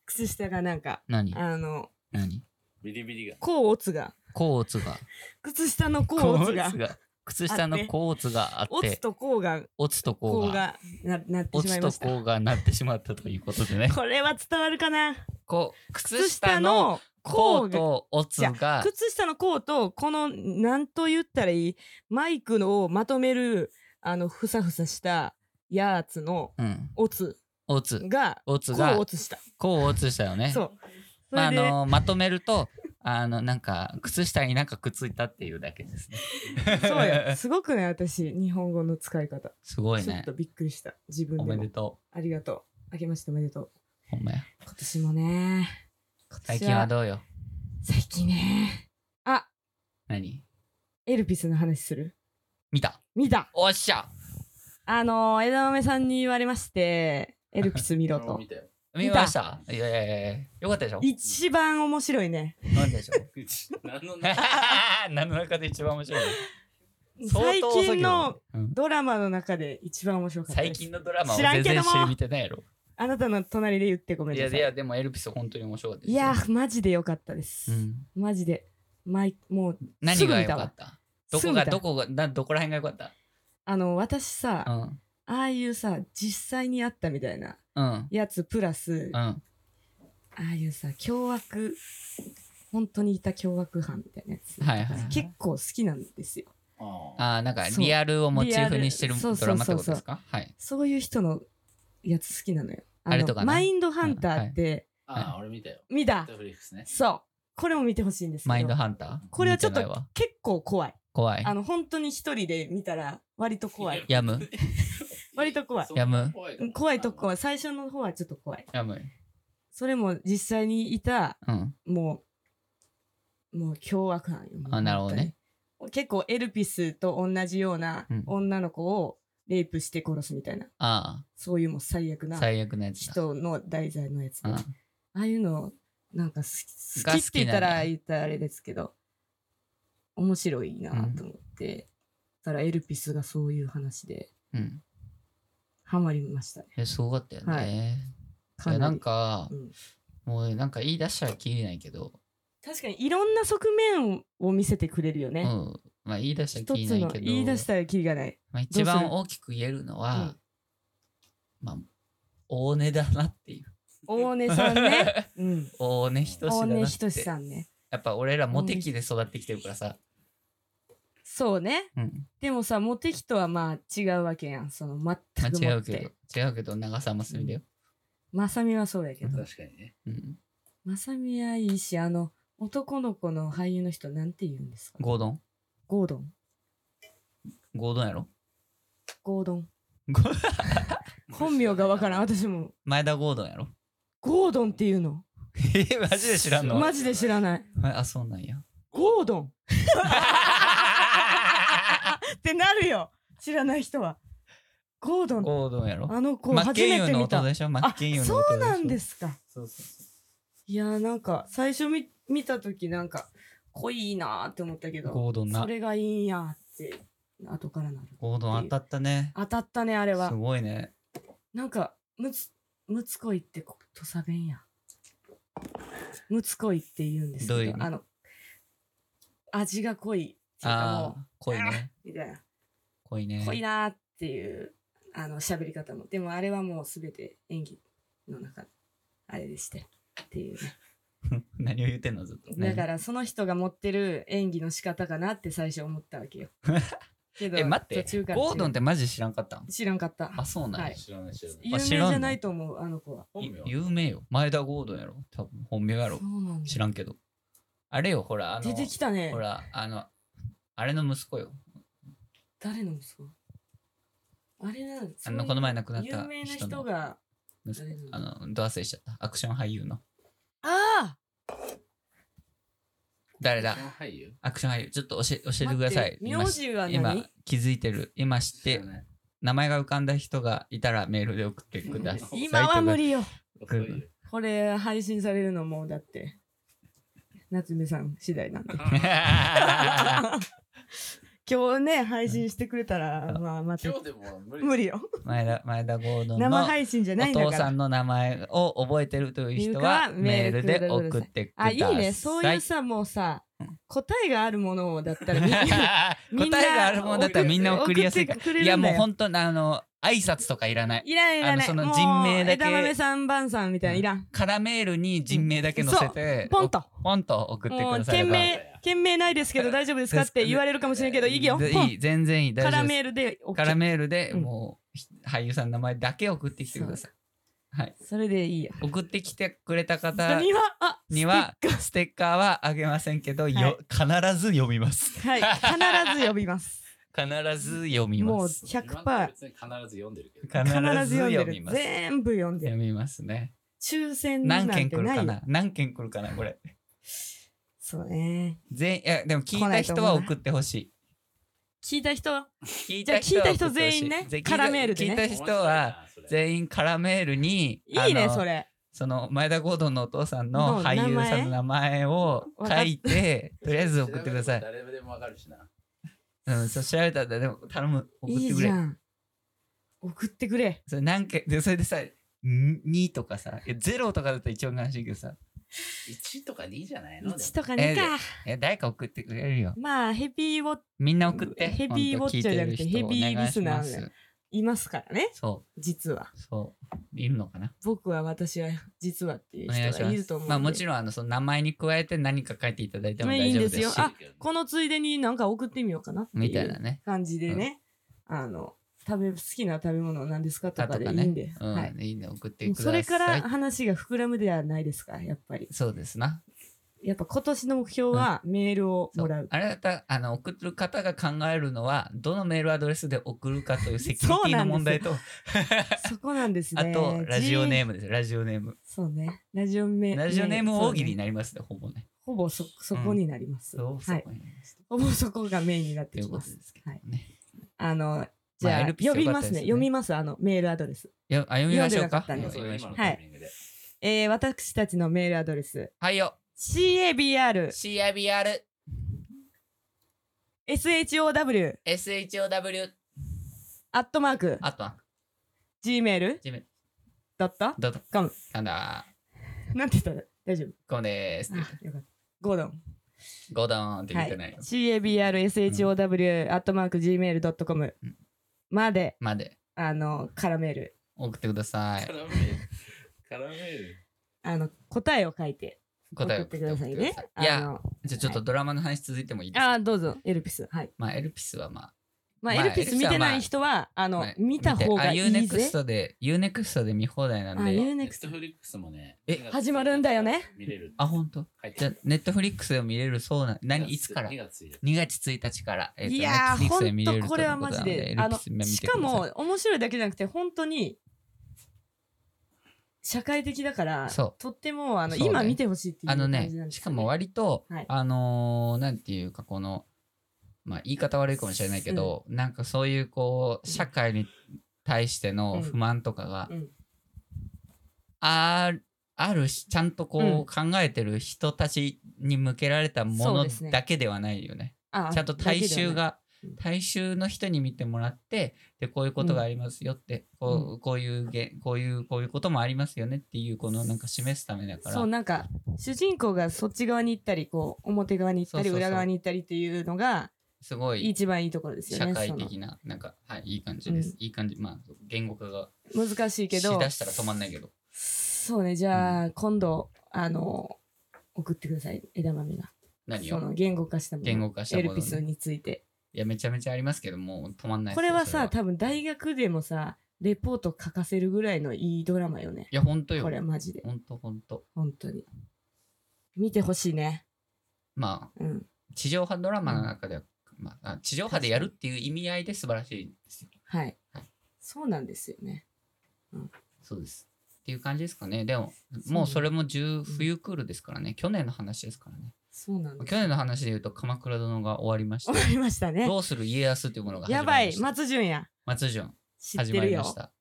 Speaker 1: 靴下がなんか、
Speaker 3: 何
Speaker 1: あの、
Speaker 3: 何
Speaker 4: ビリビリが。
Speaker 1: 甲乙が、
Speaker 3: 甲乙が。
Speaker 1: 靴下の甲乙が。
Speaker 3: 靴下の甲乙があっ
Speaker 1: オツ
Speaker 3: て、
Speaker 1: とコウが、
Speaker 3: 乙と
Speaker 1: コ
Speaker 3: 甲
Speaker 1: ウ
Speaker 3: が。
Speaker 1: がななってし
Speaker 3: 乙
Speaker 1: まい
Speaker 3: と
Speaker 1: ました。
Speaker 3: 甲がなってしまったという ことでね。
Speaker 1: これは伝わるかな
Speaker 3: こう靴
Speaker 1: 靴
Speaker 3: 下
Speaker 1: 下
Speaker 3: の
Speaker 1: のコ
Speaker 3: 甲
Speaker 1: ウが、
Speaker 3: と乙が、
Speaker 1: 靴下のコウと、この、なんと言ったらいい、マイクのをまとめる、あの、ふさふさしたやつの
Speaker 3: うん、
Speaker 1: オツ
Speaker 3: 乙、
Speaker 1: が、
Speaker 3: 乙
Speaker 1: コウ
Speaker 3: が
Speaker 1: オ、ツした。
Speaker 3: 甲乙したよね。
Speaker 1: そう。そ
Speaker 3: まあ、あ
Speaker 1: れで、
Speaker 3: のまとめると、あの、なんか、靴下になんかくっついたっていうだけですね。
Speaker 1: そうよ。 すごくね、私、日本語の使い方。
Speaker 3: すごい
Speaker 1: ちょっ
Speaker 3: ね
Speaker 1: と。びっくりした。自分
Speaker 3: お
Speaker 1: で
Speaker 3: めで
Speaker 1: も。
Speaker 3: と
Speaker 1: ありがとう。あけましておめでとう。
Speaker 3: う。ほんまや。
Speaker 1: 今年もね。今
Speaker 3: 最
Speaker 1: 年
Speaker 3: 近はどうよ。
Speaker 1: 最近ね。あ、
Speaker 3: 何
Speaker 1: エルピスの話する
Speaker 3: 見た
Speaker 1: 見た
Speaker 3: おっしゃ
Speaker 1: あのー、枝豆さんに言われまして、エルピス見ろ
Speaker 4: 俺も
Speaker 1: と
Speaker 4: 見。たよ。
Speaker 3: 見ましたいやいやいやいやよかったでしょ
Speaker 1: 一番面白いね。
Speaker 3: なんでしょ
Speaker 4: 何の中
Speaker 3: 何の中で一番面白い
Speaker 1: 最
Speaker 3: 相当遅いけど
Speaker 1: 近の
Speaker 3: うん
Speaker 1: ドラマの中で一番面白かった
Speaker 3: 最
Speaker 1: です。
Speaker 3: 近のドラマを
Speaker 1: 知らんけ
Speaker 3: 全
Speaker 1: ども
Speaker 3: 然知る見てないやろ
Speaker 1: あなたの隣で言ってごめ
Speaker 3: い
Speaker 1: んな
Speaker 3: や
Speaker 1: さ
Speaker 3: い
Speaker 1: い。いや
Speaker 3: やでもエルピス本当に面白かったです
Speaker 1: い
Speaker 3: よ
Speaker 1: や、マジでよかったです。
Speaker 3: うん
Speaker 1: マジで。まいもう、す
Speaker 3: 何
Speaker 1: ぐ
Speaker 3: が
Speaker 1: 見
Speaker 3: 良
Speaker 1: た
Speaker 3: かっ
Speaker 1: わ。
Speaker 3: たどこ
Speaker 1: すぐ
Speaker 3: が
Speaker 1: 見た
Speaker 3: どこがなどこら辺が良かっ
Speaker 1: あの、私さ、
Speaker 3: たうん
Speaker 1: ああいうさ、実際にあったみたいな
Speaker 3: うん
Speaker 1: やつプラス、
Speaker 3: う
Speaker 1: あ
Speaker 3: ん
Speaker 1: あいうさ、凶悪、本当にいた凶悪犯みたいなやつ、
Speaker 3: はいはい
Speaker 1: 結構好きなんですよ。
Speaker 4: あ
Speaker 3: ああ、なんか
Speaker 1: そう
Speaker 3: リアルをモチーフにしてる
Speaker 1: リアル
Speaker 3: ドラマって
Speaker 1: そうそうそうそう
Speaker 3: ことですかはい。
Speaker 1: そういう人のやつ好きなのよ。の
Speaker 3: あれとかね
Speaker 1: マインドハンターって、
Speaker 4: あああ、俺見たよ。
Speaker 1: 見
Speaker 4: ネッ
Speaker 1: た
Speaker 4: トフリックスね。
Speaker 1: そう。これも見てほしいんですけど。
Speaker 3: マインドハンター
Speaker 1: これはちょっと
Speaker 3: 見てないわ
Speaker 1: 結構怖い。
Speaker 3: 怖い。
Speaker 1: あの、本当に一人で見たら割と怖い。
Speaker 3: やむ。
Speaker 1: 割と怖い
Speaker 4: そんな
Speaker 3: やむ
Speaker 4: 怖い
Speaker 1: 怖いとこ
Speaker 4: は。
Speaker 1: は最初の方はちょっと怖い。
Speaker 3: や む。
Speaker 1: それも実際にいた、
Speaker 3: うん。
Speaker 1: もう、もう凶悪犯よ。
Speaker 3: あなるほどね
Speaker 1: 本当に。結構エルピスと同じような
Speaker 3: うん
Speaker 1: 女の子をレイプして殺すみたいな、
Speaker 3: あ
Speaker 1: そういうもう最悪
Speaker 3: あ、
Speaker 1: な
Speaker 3: 最悪なやつだ。
Speaker 1: 人の題材のやつで、
Speaker 3: うん
Speaker 1: ああいうの、なんか好き好きって言った
Speaker 3: が好きなん
Speaker 1: ら
Speaker 3: だ
Speaker 1: 言ったらあれですけど、面白いなと思って、たらエルピスがそういう話で、
Speaker 3: うん。
Speaker 1: ハマりましたね。
Speaker 3: え、すごかったよ
Speaker 1: は
Speaker 3: ね。
Speaker 1: か
Speaker 3: いや
Speaker 1: な
Speaker 3: な
Speaker 1: り
Speaker 3: んか
Speaker 1: う、ん
Speaker 3: もうなんか言い出したらきりないけど、
Speaker 1: 確かにいろんな側面を見せてくれるよ
Speaker 3: う
Speaker 1: ね。
Speaker 3: ん。まあ言い出したら
Speaker 1: 一
Speaker 3: きり
Speaker 1: つ
Speaker 3: ない
Speaker 1: の
Speaker 3: けど、
Speaker 1: 言い出したらキリがない。
Speaker 3: まあ、一
Speaker 1: どうす
Speaker 3: 番
Speaker 1: る
Speaker 3: 大きく言えるのは、
Speaker 1: うん
Speaker 3: まあ、大根だなっていう。
Speaker 1: 大根さんね。 うん。
Speaker 3: 大根ひとしだ
Speaker 1: 大
Speaker 3: な
Speaker 1: 根
Speaker 3: っ。
Speaker 1: ひとしてさんね。
Speaker 3: やっぱ俺らモテ期で育ってきてるからさ。
Speaker 1: そうね。
Speaker 3: うん。
Speaker 1: でもさ、モテ期とはまあ違うわけやん。その
Speaker 3: ま
Speaker 1: 全く
Speaker 3: あ、違
Speaker 1: も
Speaker 3: う
Speaker 1: っ
Speaker 3: け
Speaker 1: て。
Speaker 3: ど、違うけど、長澤まさみだよ。
Speaker 1: まさみはそうやけど。
Speaker 4: 確かにね。
Speaker 3: うん。
Speaker 1: まさみはいいし、あの、男の子の俳優の人なんて言うんですか
Speaker 3: ゴードン
Speaker 1: ゴードン。
Speaker 3: ゴードンやろ
Speaker 1: ゴードン。
Speaker 3: ゴ
Speaker 1: 本名がわからん。私も。
Speaker 3: 前田ゴードンやろ
Speaker 1: ゴードンっていうの。
Speaker 3: え、マジで知らんの
Speaker 1: マジで知らない。
Speaker 3: あ、そうな んや。
Speaker 1: ゴードンってなるよ。知らない人は。ゴードンって
Speaker 3: ゴードンやろ
Speaker 1: あの子
Speaker 3: マッ
Speaker 1: 初
Speaker 3: ケン
Speaker 1: め
Speaker 3: ユー
Speaker 1: て
Speaker 3: の
Speaker 1: 見
Speaker 3: 音
Speaker 1: た。
Speaker 3: でしょマ
Speaker 1: あ
Speaker 3: ッケンユ、ーの
Speaker 1: そ
Speaker 3: 音
Speaker 1: う
Speaker 3: でしょ
Speaker 1: なんですか。
Speaker 4: そうそうそ。
Speaker 1: いやーなんか最初見見た時なんか濃いなーって思ったけど、
Speaker 3: ゴードン
Speaker 1: そ
Speaker 3: な。
Speaker 1: れがいいんやーって後からなる。
Speaker 3: ゴードン当たったね。
Speaker 1: 当たったねあれは
Speaker 3: す。ごいね。
Speaker 1: なんかむつむつこいってことさべんや。むつこいって言うんですけ
Speaker 3: ど
Speaker 1: ど、
Speaker 3: ういう意味
Speaker 1: あの味が濃いっていうか
Speaker 3: あ
Speaker 1: も
Speaker 3: あ、濃いね。
Speaker 1: うみたいな
Speaker 3: 濃いね。
Speaker 1: 濃いなーっていうあの喋り方もでもあれはもうすべて演技の中あれでしてっていうね。
Speaker 3: 何を言ってんのずっと。
Speaker 1: だからその人が持ってる演技の仕方かなって最初思ったわ けよ。けど
Speaker 3: え、待っ
Speaker 1: 途
Speaker 3: て。
Speaker 1: 中から違う
Speaker 3: ゴードンってマジ知らんかったん
Speaker 1: 知らんかった。
Speaker 3: あ、そうなん
Speaker 1: は
Speaker 3: や
Speaker 1: いう
Speaker 4: 知らない知らない。
Speaker 1: 有名
Speaker 3: 知
Speaker 1: じ
Speaker 3: らんの
Speaker 1: ゃないと思う、あの子は。
Speaker 4: 本
Speaker 3: い
Speaker 4: 名
Speaker 3: 有名よ。前田ゴードンやろ多分本名や
Speaker 1: そ
Speaker 3: ろ
Speaker 1: うなんだ
Speaker 3: 知らんけど。あれよ、ほら、あ
Speaker 1: 出
Speaker 3: の、
Speaker 1: てきたね
Speaker 3: ほ。ら、あの、あれの息子よ。
Speaker 1: 誰の息子あれなん
Speaker 3: あの、この前亡くなっ
Speaker 1: 有
Speaker 3: た
Speaker 1: 名な
Speaker 3: 人
Speaker 1: 人
Speaker 3: の
Speaker 1: が。
Speaker 3: 息子。あの、ドアスしちゃった。アクション俳優の。
Speaker 1: ああ
Speaker 3: 誰だ
Speaker 4: 俳優
Speaker 3: アクション俳優。ちょっと教え教えてください。今
Speaker 1: 名字は
Speaker 3: 今
Speaker 1: 何
Speaker 3: 気づいてる。今知っ
Speaker 4: 知
Speaker 3: て
Speaker 4: ら、ない
Speaker 3: 名前が浮かんだ人がいたらメールで送ってください。
Speaker 1: 今は無。理よ。
Speaker 4: そういう
Speaker 1: これ配信されるのもうだって。夏目さん次第なんで。今日ね、配信してくれたら、まあまた
Speaker 4: 今日でも無理。
Speaker 1: 無理よ。
Speaker 3: 前田、前田ゴードン
Speaker 1: 生
Speaker 3: の
Speaker 1: 配信じゃないんだ
Speaker 3: お
Speaker 1: か
Speaker 3: 父
Speaker 1: ら。
Speaker 3: さんの名前を覚えてるという人は
Speaker 1: いうか
Speaker 3: メ
Speaker 1: メ
Speaker 3: ー
Speaker 1: ー
Speaker 3: ル
Speaker 1: ル
Speaker 3: で送ってくだ
Speaker 1: あ、
Speaker 3: さ
Speaker 1: い
Speaker 3: い。
Speaker 1: いね。そういうさ、もうさ、答えがあるものをだったらみんな、みんな
Speaker 3: 答えがあるもんだったらみんな 送りやすいか
Speaker 1: 送
Speaker 3: ら。
Speaker 1: ってくれるん
Speaker 3: い
Speaker 1: だよ
Speaker 3: やもう本当にあの、挨拶とかいらない。
Speaker 1: いらんいらない。
Speaker 3: あのその
Speaker 1: もう
Speaker 3: 人名だけ
Speaker 1: 枝豆さん、ばんさんみたいな、いらん。
Speaker 3: 空メールに人名だけ載せて、
Speaker 1: ポンと。
Speaker 3: ポンと送って
Speaker 1: も
Speaker 3: く
Speaker 1: う、
Speaker 3: ださい。
Speaker 1: 件名、件名ないですけど大丈夫ですかって言われるかもしれんけど、いいよ。ポ
Speaker 3: いい、
Speaker 1: ン。
Speaker 3: 全然いい。大丈
Speaker 1: 空
Speaker 3: 夫で
Speaker 1: メールで OK
Speaker 3: す。空メールで
Speaker 1: うん
Speaker 3: もう俳優さんの名前だけ送ってきてください。はい。
Speaker 1: それでいいよ。
Speaker 3: 送ってきてくれた方
Speaker 1: には、あ、
Speaker 3: にはステッカーはあげませんけど、よ必ず読みます。
Speaker 1: はい。必ず呼び ます。
Speaker 3: 必ず読み
Speaker 1: もう
Speaker 3: ます。
Speaker 4: 今の
Speaker 1: 100%
Speaker 4: 別に必ず読んでるけど。
Speaker 3: 必
Speaker 1: 必ず
Speaker 3: ず
Speaker 1: 読んで
Speaker 3: 読み
Speaker 1: る
Speaker 3: ま。す。
Speaker 1: 全部読んで
Speaker 3: 読
Speaker 1: る。
Speaker 3: みますね。
Speaker 1: 抽選な
Speaker 3: 何
Speaker 1: ん
Speaker 3: 件
Speaker 1: て
Speaker 3: 来る
Speaker 1: な
Speaker 3: か
Speaker 1: いよ。
Speaker 3: な何件来るかなこれ。
Speaker 1: そうね。
Speaker 3: 全いやでも聞い
Speaker 1: 来
Speaker 3: た
Speaker 1: ないと思
Speaker 3: 人
Speaker 1: うな
Speaker 3: は送ってほしい。
Speaker 1: 聞いた人は
Speaker 3: 聞い
Speaker 1: じゃあ聞いた
Speaker 3: は
Speaker 1: 人
Speaker 3: 送ってほし
Speaker 1: 全員ね
Speaker 3: ぜ聞いた
Speaker 1: 空メールでね
Speaker 3: 聞いた人は全員空メールに、
Speaker 1: いい
Speaker 3: あ
Speaker 1: ね、
Speaker 3: の
Speaker 1: それ。
Speaker 3: その前田ゴードンのお父さん
Speaker 1: の
Speaker 3: の
Speaker 1: 名前
Speaker 3: 俳優さんの名前を書いて、とりあえず送ってください。
Speaker 4: 誰でもわかるしな。
Speaker 3: うん、そう調べたんだ。でも頼む、送っ
Speaker 1: い
Speaker 3: て
Speaker 1: い
Speaker 3: く
Speaker 1: じ。
Speaker 3: れ
Speaker 1: ゃん。送ってくれ。
Speaker 3: それ何件でそれでさ2とかさえ0とかだったら一番悲しいけどさ
Speaker 4: 1とか2じゃないのでも
Speaker 1: 1とか2か。
Speaker 3: え誰か送ってくれるよ
Speaker 1: まあ、ヘビーウォッ
Speaker 3: みんな送って
Speaker 1: ヘビー
Speaker 3: ほんと聞いてる人
Speaker 1: ウォッチャーじゃなくてヘビー
Speaker 3: お願いします
Speaker 1: リスナーいますからね
Speaker 3: そ
Speaker 1: 実は
Speaker 3: う、そう、いるのかな。
Speaker 1: 僕は私は実はっていう
Speaker 3: お願い
Speaker 1: 人
Speaker 3: し
Speaker 1: が
Speaker 3: ま
Speaker 1: いると
Speaker 3: す
Speaker 1: 思。うんで
Speaker 3: まあもちろん、あの、その名前に加えて何か書いていただいても
Speaker 1: まあ
Speaker 3: 大丈夫です
Speaker 1: いいん
Speaker 3: し
Speaker 1: ですよあこのついでになんか送ってみようかなって
Speaker 3: みた
Speaker 1: い
Speaker 3: いな
Speaker 1: う
Speaker 3: ね。
Speaker 1: 感じでね、あの食べ好きな食べ物は何ですかと
Speaker 3: だ
Speaker 1: か
Speaker 3: と
Speaker 1: で
Speaker 3: か
Speaker 1: いいんで、
Speaker 3: ね。う
Speaker 1: はい
Speaker 3: ん、いいね、送って
Speaker 1: もう
Speaker 3: くだ
Speaker 1: そ
Speaker 3: さい。
Speaker 1: れから話が膨らむではないですかやっぱり
Speaker 3: そうですな。
Speaker 1: やっぱ今年の目標はメールを
Speaker 3: そ
Speaker 1: も
Speaker 3: う
Speaker 1: らう
Speaker 3: あれだったらあの送る方が考えるのはどのメールアドレスで送るかというセキュ リティの問題と、
Speaker 1: そこなんです
Speaker 3: あ
Speaker 1: ね
Speaker 3: とラジオネー
Speaker 1: ム
Speaker 3: ムですラジオネーム
Speaker 1: そうねラジオメ
Speaker 3: ラジオネーム大喜利
Speaker 1: ね
Speaker 3: になりますねほぼね
Speaker 1: ほぼそそこになります、
Speaker 3: そうそ
Speaker 1: はい
Speaker 3: こになります
Speaker 1: ほぼそこがメインになっ
Speaker 3: と
Speaker 1: て
Speaker 3: いう
Speaker 1: き
Speaker 3: こ
Speaker 1: ま
Speaker 3: と
Speaker 1: す
Speaker 3: ですけどね
Speaker 1: あのじゃあ、
Speaker 3: まあ LP
Speaker 1: 呼びま
Speaker 3: よかった
Speaker 1: す
Speaker 3: です
Speaker 1: ね
Speaker 3: ね
Speaker 1: 読みますあのメールアドレス、
Speaker 3: よあ読みましょうか
Speaker 1: 読んで
Speaker 4: そ
Speaker 1: なかったんで
Speaker 4: う
Speaker 3: 読みまし
Speaker 4: 今
Speaker 3: ょう
Speaker 4: のタイミングで。
Speaker 1: えー、私たちのメールアドレス
Speaker 3: はいよ
Speaker 1: CABR
Speaker 3: CIBR
Speaker 1: SHOW
Speaker 3: SHOW
Speaker 1: アットマーク
Speaker 3: あとは
Speaker 1: Gmail
Speaker 3: ジム
Speaker 1: だった
Speaker 3: ドット
Speaker 1: かむ
Speaker 3: カンダ
Speaker 1: なんて言ったら大丈夫
Speaker 3: コンです
Speaker 1: あよかったゴードン
Speaker 3: ゴードンって言
Speaker 1: は
Speaker 3: っ
Speaker 1: い
Speaker 3: てないよ
Speaker 1: CABRSHOW アットマーク Gmail.com
Speaker 3: うん
Speaker 1: まで
Speaker 3: まで
Speaker 1: あの絡める
Speaker 3: 送ってくださ
Speaker 4: カ
Speaker 3: い
Speaker 4: ラメル。カラメル。
Speaker 1: あの答えを書いて送
Speaker 3: 答え
Speaker 1: っ
Speaker 3: を送って
Speaker 1: てく
Speaker 3: くだ
Speaker 1: だ
Speaker 3: さ
Speaker 1: さ
Speaker 3: い
Speaker 1: いね
Speaker 3: い
Speaker 1: あ
Speaker 3: や
Speaker 1: の
Speaker 3: じゃあちょっとドラマの話続いてもいいですか
Speaker 1: あーどうぞエルピスはい
Speaker 3: まあエルピスはまあ
Speaker 1: まあ
Speaker 3: まあ
Speaker 1: エルピス見てない人はあの
Speaker 3: ね
Speaker 1: 見た方がい
Speaker 3: 見てあ
Speaker 1: いぜ
Speaker 3: UNEXT で UNEXT で見放題なん
Speaker 1: あ
Speaker 3: で
Speaker 1: UNEXT
Speaker 4: フリックスもね。
Speaker 3: え
Speaker 4: 2月
Speaker 1: 始まるんだよね。
Speaker 4: 見れる。
Speaker 3: あ本当
Speaker 4: 入って
Speaker 3: じゃあ
Speaker 4: る、
Speaker 3: ネットフリックスでも見れるそうな何いつから
Speaker 4: ?2
Speaker 3: 2
Speaker 4: 月1日。
Speaker 3: 月1日から、えーと
Speaker 1: いや
Speaker 3: Netflix
Speaker 1: ーほ
Speaker 3: で見れる
Speaker 1: んと
Speaker 3: と
Speaker 1: これは
Speaker 3: いう
Speaker 1: マ
Speaker 3: と
Speaker 1: ジ
Speaker 3: なの
Speaker 1: で
Speaker 3: エ
Speaker 1: あ
Speaker 3: ル
Speaker 1: の
Speaker 3: ピス見てください
Speaker 1: しかも面白いだけじゃなくて本当に社会的だから
Speaker 3: そう
Speaker 1: とってもあの、
Speaker 3: そうね
Speaker 1: 今見てほしいっていう
Speaker 3: あ
Speaker 1: 感
Speaker 3: の
Speaker 1: じなん
Speaker 3: ね
Speaker 1: ですよ
Speaker 3: しかも割と、
Speaker 1: はい
Speaker 3: あのーなんていうかこのまあ言い方悪いかもしれないけど、なんかそういうこう社会に対しての不満とかが、
Speaker 1: うん
Speaker 3: あるあるしちゃんとこう考えてる人たちに向けられたも
Speaker 1: そう
Speaker 3: の
Speaker 1: ですね
Speaker 3: だけではないよね。
Speaker 1: あ
Speaker 3: ちゃんと大衆が
Speaker 1: うん
Speaker 3: 大衆の人に見てもらってでこういうことがありますよって、こうこういうげこういうこういうこともありますよねっていうこのなんか示すためだから
Speaker 1: そうなんか主人公がそっち側に行ったりこう表側に行ったり
Speaker 3: そうそうそう
Speaker 1: 裏側に行ったりっていうのが
Speaker 3: すごい
Speaker 1: 一番いいところですよ
Speaker 3: 社
Speaker 1: ね
Speaker 3: 会的ななんか、はい、いい感じです、いい感じまあ言語化が
Speaker 1: その難しい
Speaker 3: しだ
Speaker 1: け
Speaker 3: し
Speaker 1: ど
Speaker 3: たら止まんないけど
Speaker 1: そうねじゃあ、今度あの送ってください枝豆が
Speaker 3: 何
Speaker 1: そ
Speaker 3: を
Speaker 1: の言語化したもの
Speaker 3: 言語化したもの
Speaker 1: エ
Speaker 3: ね
Speaker 1: ルピスについて
Speaker 3: いやめちゃめちゃありますけどもう止まんないです
Speaker 1: これはさ
Speaker 3: そい
Speaker 1: 多分大学でもさレポート書かせるぐらいのいいドラマよね
Speaker 3: や本当よ
Speaker 1: これはマジで
Speaker 3: 本当本当
Speaker 1: 本当に見てほしいね
Speaker 3: まあ
Speaker 1: うん
Speaker 3: 地上波ドラマの中では、まあ、あ地上波でやるっていう意味合いで素晴らしいですよ
Speaker 1: はい
Speaker 3: はい
Speaker 1: そうなんですよね
Speaker 3: そうです。っていう感じですかね。でも、もうそれも10冬クールですからね。去年の話ですからね。
Speaker 1: そうなんです
Speaker 3: 去年の話で言うと、鎌倉殿が終わりまし
Speaker 1: 終わ
Speaker 3: た。
Speaker 1: りました ね
Speaker 3: どうする家康というものが始ま
Speaker 1: や
Speaker 3: りま
Speaker 1: ばい
Speaker 3: した。
Speaker 1: 松潤や
Speaker 3: 松潤、
Speaker 1: 知っ
Speaker 3: 始
Speaker 1: て
Speaker 3: ま
Speaker 1: る
Speaker 3: りま
Speaker 1: よ
Speaker 3: した。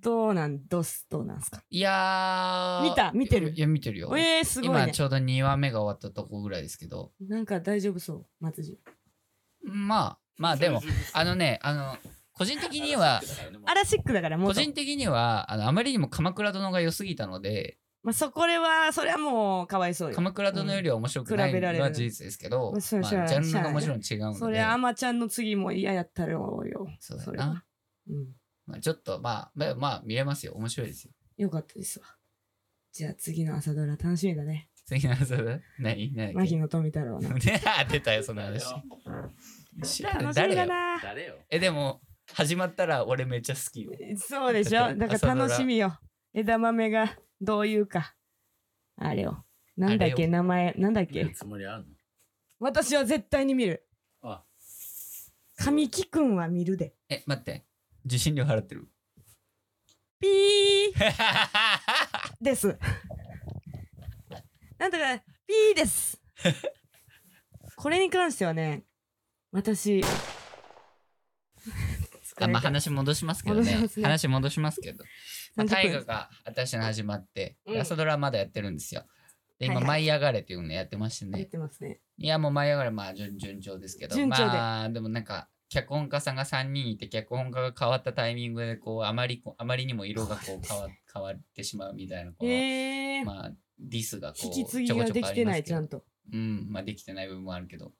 Speaker 1: どうなんどうすどうなんすか
Speaker 3: いやー。
Speaker 1: 見た見てる
Speaker 3: いや、見てるよ。
Speaker 1: えー、すごい
Speaker 3: 今
Speaker 1: ね
Speaker 3: ちょうど2話目が終わったとこぐらいですけど。
Speaker 1: なんか大丈夫そう松潤
Speaker 3: まあ、まあで も、あのね、あの、個人的には、
Speaker 1: あらシックだからも
Speaker 3: 個
Speaker 1: うと
Speaker 3: 人的には、あの、あまりにも鎌倉殿が良すぎたので、
Speaker 1: まあそこれはそれはもうかわいそうよ
Speaker 3: 鎌倉殿よりは面白くない
Speaker 1: 比べられ
Speaker 3: の
Speaker 1: る
Speaker 3: は事実ですけど、
Speaker 1: まあそう
Speaker 3: まあ
Speaker 1: しゃあ
Speaker 3: ジャン
Speaker 1: しゃ
Speaker 3: ル
Speaker 1: あ
Speaker 3: が
Speaker 1: ない
Speaker 3: もちろん違うので。
Speaker 1: それあまちゃんの次も嫌やったろうよ
Speaker 3: そうだ
Speaker 1: そ
Speaker 3: よ
Speaker 1: れ
Speaker 3: な。
Speaker 1: はうん
Speaker 3: まあ、ちょっと、まあ、まあ、まあ、見れますよ。面白いですよ。
Speaker 1: よかったですわじゃあ次の朝ドラ楽しみだね
Speaker 3: 次の遊ぶ何何だっ
Speaker 1: 牧
Speaker 3: け
Speaker 1: 野富太郎の
Speaker 3: 出たよ、その話。知らない
Speaker 1: 楽しみ
Speaker 3: 誰
Speaker 1: だ
Speaker 3: よ。
Speaker 1: な
Speaker 4: 誰よ。
Speaker 3: え、でも、始まったら俺めっちゃ好きよ。
Speaker 1: そうでしょだから楽しみよ枝豆がどういうかあれをなんだっ
Speaker 3: あれ
Speaker 1: け
Speaker 3: を
Speaker 1: 名前なんだっ
Speaker 4: 見る
Speaker 1: け
Speaker 4: つもりあるの
Speaker 1: 私は絶対に見る
Speaker 4: あ、
Speaker 1: 神木くんは見るで
Speaker 3: え、待って。受信料払ってる。
Speaker 1: ピーですなんとかピーですこれに関してはね私
Speaker 3: あまあ、話戻しますけど
Speaker 1: 戻
Speaker 3: ね。
Speaker 1: しますね
Speaker 3: 話戻しますけど。まあ、
Speaker 1: 30
Speaker 3: 大
Speaker 1: 分
Speaker 3: 河が私の始まって、
Speaker 1: うん
Speaker 3: 朝ドラまだやってるんですよ。で、今、
Speaker 1: はいはい
Speaker 3: 舞い上がれっていうのやってまして
Speaker 1: やっ
Speaker 3: ね。
Speaker 1: てますね
Speaker 3: いや、もう舞い上がれ、まあ、順順調ですけど。
Speaker 1: 順調で
Speaker 3: まあ、でもなんか、脚本家さんが3人いて、脚本家が変わったタイミングで、こう、あまりこう、あまりにも色が こう変わ、変わってしまうみたいな、この、
Speaker 1: えー
Speaker 3: まあ、ディスがこう、
Speaker 1: 引き継ぎができてないちゃん
Speaker 3: と。
Speaker 1: と
Speaker 3: うん、まあ、できてない部分もあるけど。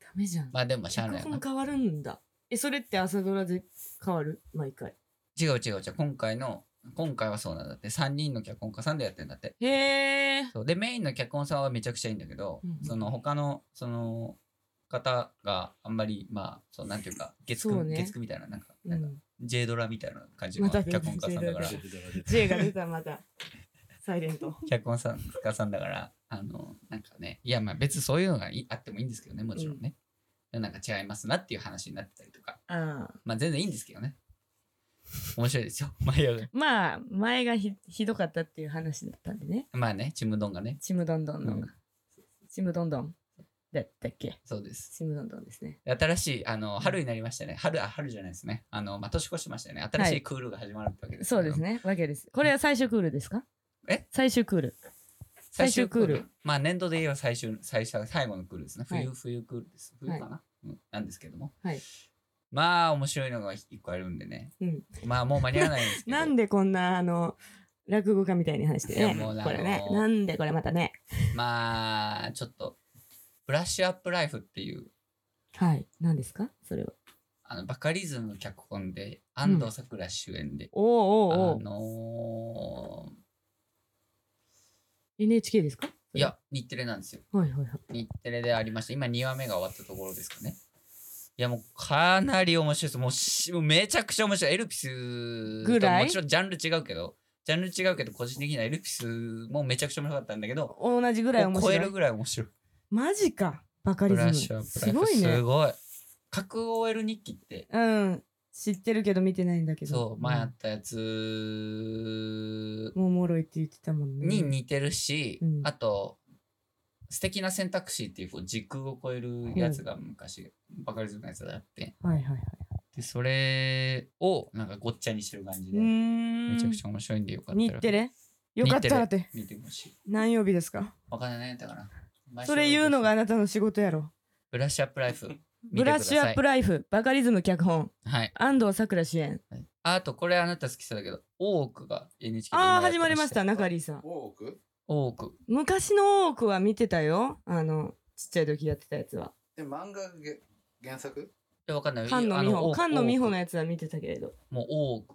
Speaker 1: ダメじゃん
Speaker 3: まあ、でも、しゃあ
Speaker 1: 脚
Speaker 3: ないよな
Speaker 1: 本変わるんだえ、それって朝ドラで変わる毎回。
Speaker 3: 違う違う違う。今回の、今回はそうなんだって。3人の脚本家さんでやってんだって。
Speaker 1: へえ。
Speaker 3: そうで、メインの脚本さんはめちゃくちゃいいんだけど、
Speaker 1: うん
Speaker 3: その他の、その、方があんまり、まあ、そう、なんていうか、月
Speaker 1: そう
Speaker 3: 9、
Speaker 1: ね
Speaker 3: 月9みたいな、なんか、
Speaker 1: う
Speaker 3: なんか、
Speaker 1: ん。
Speaker 3: J ドラみたいな感じ
Speaker 1: ま
Speaker 3: の
Speaker 1: た
Speaker 3: 脚本家さんだから、
Speaker 1: J
Speaker 4: 出
Speaker 1: J が出た、また。サイレント。
Speaker 3: 脚本さん家さんだから、あの、なんかね、いや、まあ別にそういうのがいあってもいいんですけどね、もちろんね。なんか違いますなっていう話になってたりとか、
Speaker 1: ああ。
Speaker 3: まあ全然いいんですけどね。面白いですよ、迷う。
Speaker 1: まあ、前がひひどかったっていう話だったんでね。
Speaker 3: まあね、ちむどんがね、
Speaker 1: ちむどんどんの。
Speaker 3: うん
Speaker 1: ちむどんどん。だったっけ
Speaker 3: そうです。
Speaker 1: ちむどんどんですね。
Speaker 3: 新しいあの春になりましたね、春あ春じゃないですねあの、まあ、年越しましたよね新しいクールが始まるってわけですけ
Speaker 1: そ
Speaker 3: ど、
Speaker 1: うですね。わけです。これは最終クールですか
Speaker 3: え
Speaker 1: 最終クール。
Speaker 3: 最終クール
Speaker 1: 最終クー
Speaker 3: まあ年度で言えば最終最初最後のクールですね
Speaker 1: はい
Speaker 3: 冬、冬クールです冬かな、うん、なんですけども、
Speaker 1: はい
Speaker 3: まあ面白いのが一個あるんでね
Speaker 1: うん。
Speaker 3: まあもう間に合わないんですけ ど
Speaker 1: なんでこんな、あの、落語家みたいに話して
Speaker 3: いや
Speaker 1: ね。
Speaker 3: もう
Speaker 1: これね
Speaker 3: あ。の
Speaker 1: なんでこれまたね。
Speaker 3: まあちょっとブラッシュアップライフっていう
Speaker 1: はい。何ですかそれは。
Speaker 3: あのバカリズム脚本で安藤サクラ主演で、
Speaker 1: おうおうお
Speaker 3: あ
Speaker 1: う。
Speaker 3: の
Speaker 1: NHK ですか
Speaker 3: ーい。や日テレなんですよ
Speaker 1: はいはいはい。
Speaker 3: 日テレでありました。今2話目が終わったところですかね。いやもうかなり面白いです。もうしもうめちゃくちゃ面白い。エルピス
Speaker 1: ぐ
Speaker 3: と
Speaker 1: らい
Speaker 3: もちろんジャンル違うけど、ジャンル違うけど個人的にはエルピスもめちゃくちゃ面白かったんだけど、
Speaker 1: 同じぐらい面
Speaker 3: を超
Speaker 1: 白
Speaker 3: え
Speaker 1: い。
Speaker 3: るぐらい面白い。
Speaker 1: マジか。バカリ
Speaker 3: ブ
Speaker 1: ズ
Speaker 3: ラッ
Speaker 1: ム。
Speaker 3: シュアップ
Speaker 1: す
Speaker 3: ライフ
Speaker 1: ごい
Speaker 3: す
Speaker 1: ね。
Speaker 3: ごい。核 OL 日記って、
Speaker 1: うん。知ってるけど見てないんだけど。
Speaker 3: そう、前あったやつ
Speaker 1: うんもうおもろいって言ってたもんね。
Speaker 3: に似てるし、
Speaker 1: うん
Speaker 3: あと、素敵な選択肢っていうこう時空を超えるやつが昔、バカリズムのやつだって、
Speaker 1: はいはいはい。
Speaker 3: で、それをなんかごっちゃにしてる感じ
Speaker 1: うー
Speaker 3: で、
Speaker 1: ん。
Speaker 3: めちゃくちゃ面白いんでよかったら。
Speaker 1: 日テレよかったらって。
Speaker 3: 見てほしい。
Speaker 1: 何曜日ですか
Speaker 3: わかんないね、だから。
Speaker 1: それ言うのがあ。なたの仕事やろ。
Speaker 3: ブラッシュアップライ フ。
Speaker 1: ブラッシュアップ
Speaker 3: ラ
Speaker 1: ライフ、バカリズム脚本、
Speaker 3: イフ。はい。
Speaker 1: 安藤サクラ主演。
Speaker 3: はいあと、これあなた好きそうだけど、大奥が NHK で今
Speaker 1: あ
Speaker 3: や
Speaker 1: あ、
Speaker 3: って
Speaker 1: 始まりました、
Speaker 3: よ
Speaker 1: 中里さん。
Speaker 4: 多く
Speaker 3: 大奥。
Speaker 1: 昔の多くは見てたよ。あの、ちっちゃい時やってたやつは。
Speaker 4: で、漫画がげ原作
Speaker 3: いや、わかんない。
Speaker 1: 菅野
Speaker 3: あ
Speaker 1: 美穂。
Speaker 3: 大
Speaker 1: 菅野美穂の
Speaker 3: 大
Speaker 1: やつは見てたけれど。
Speaker 3: 奥もう大奥。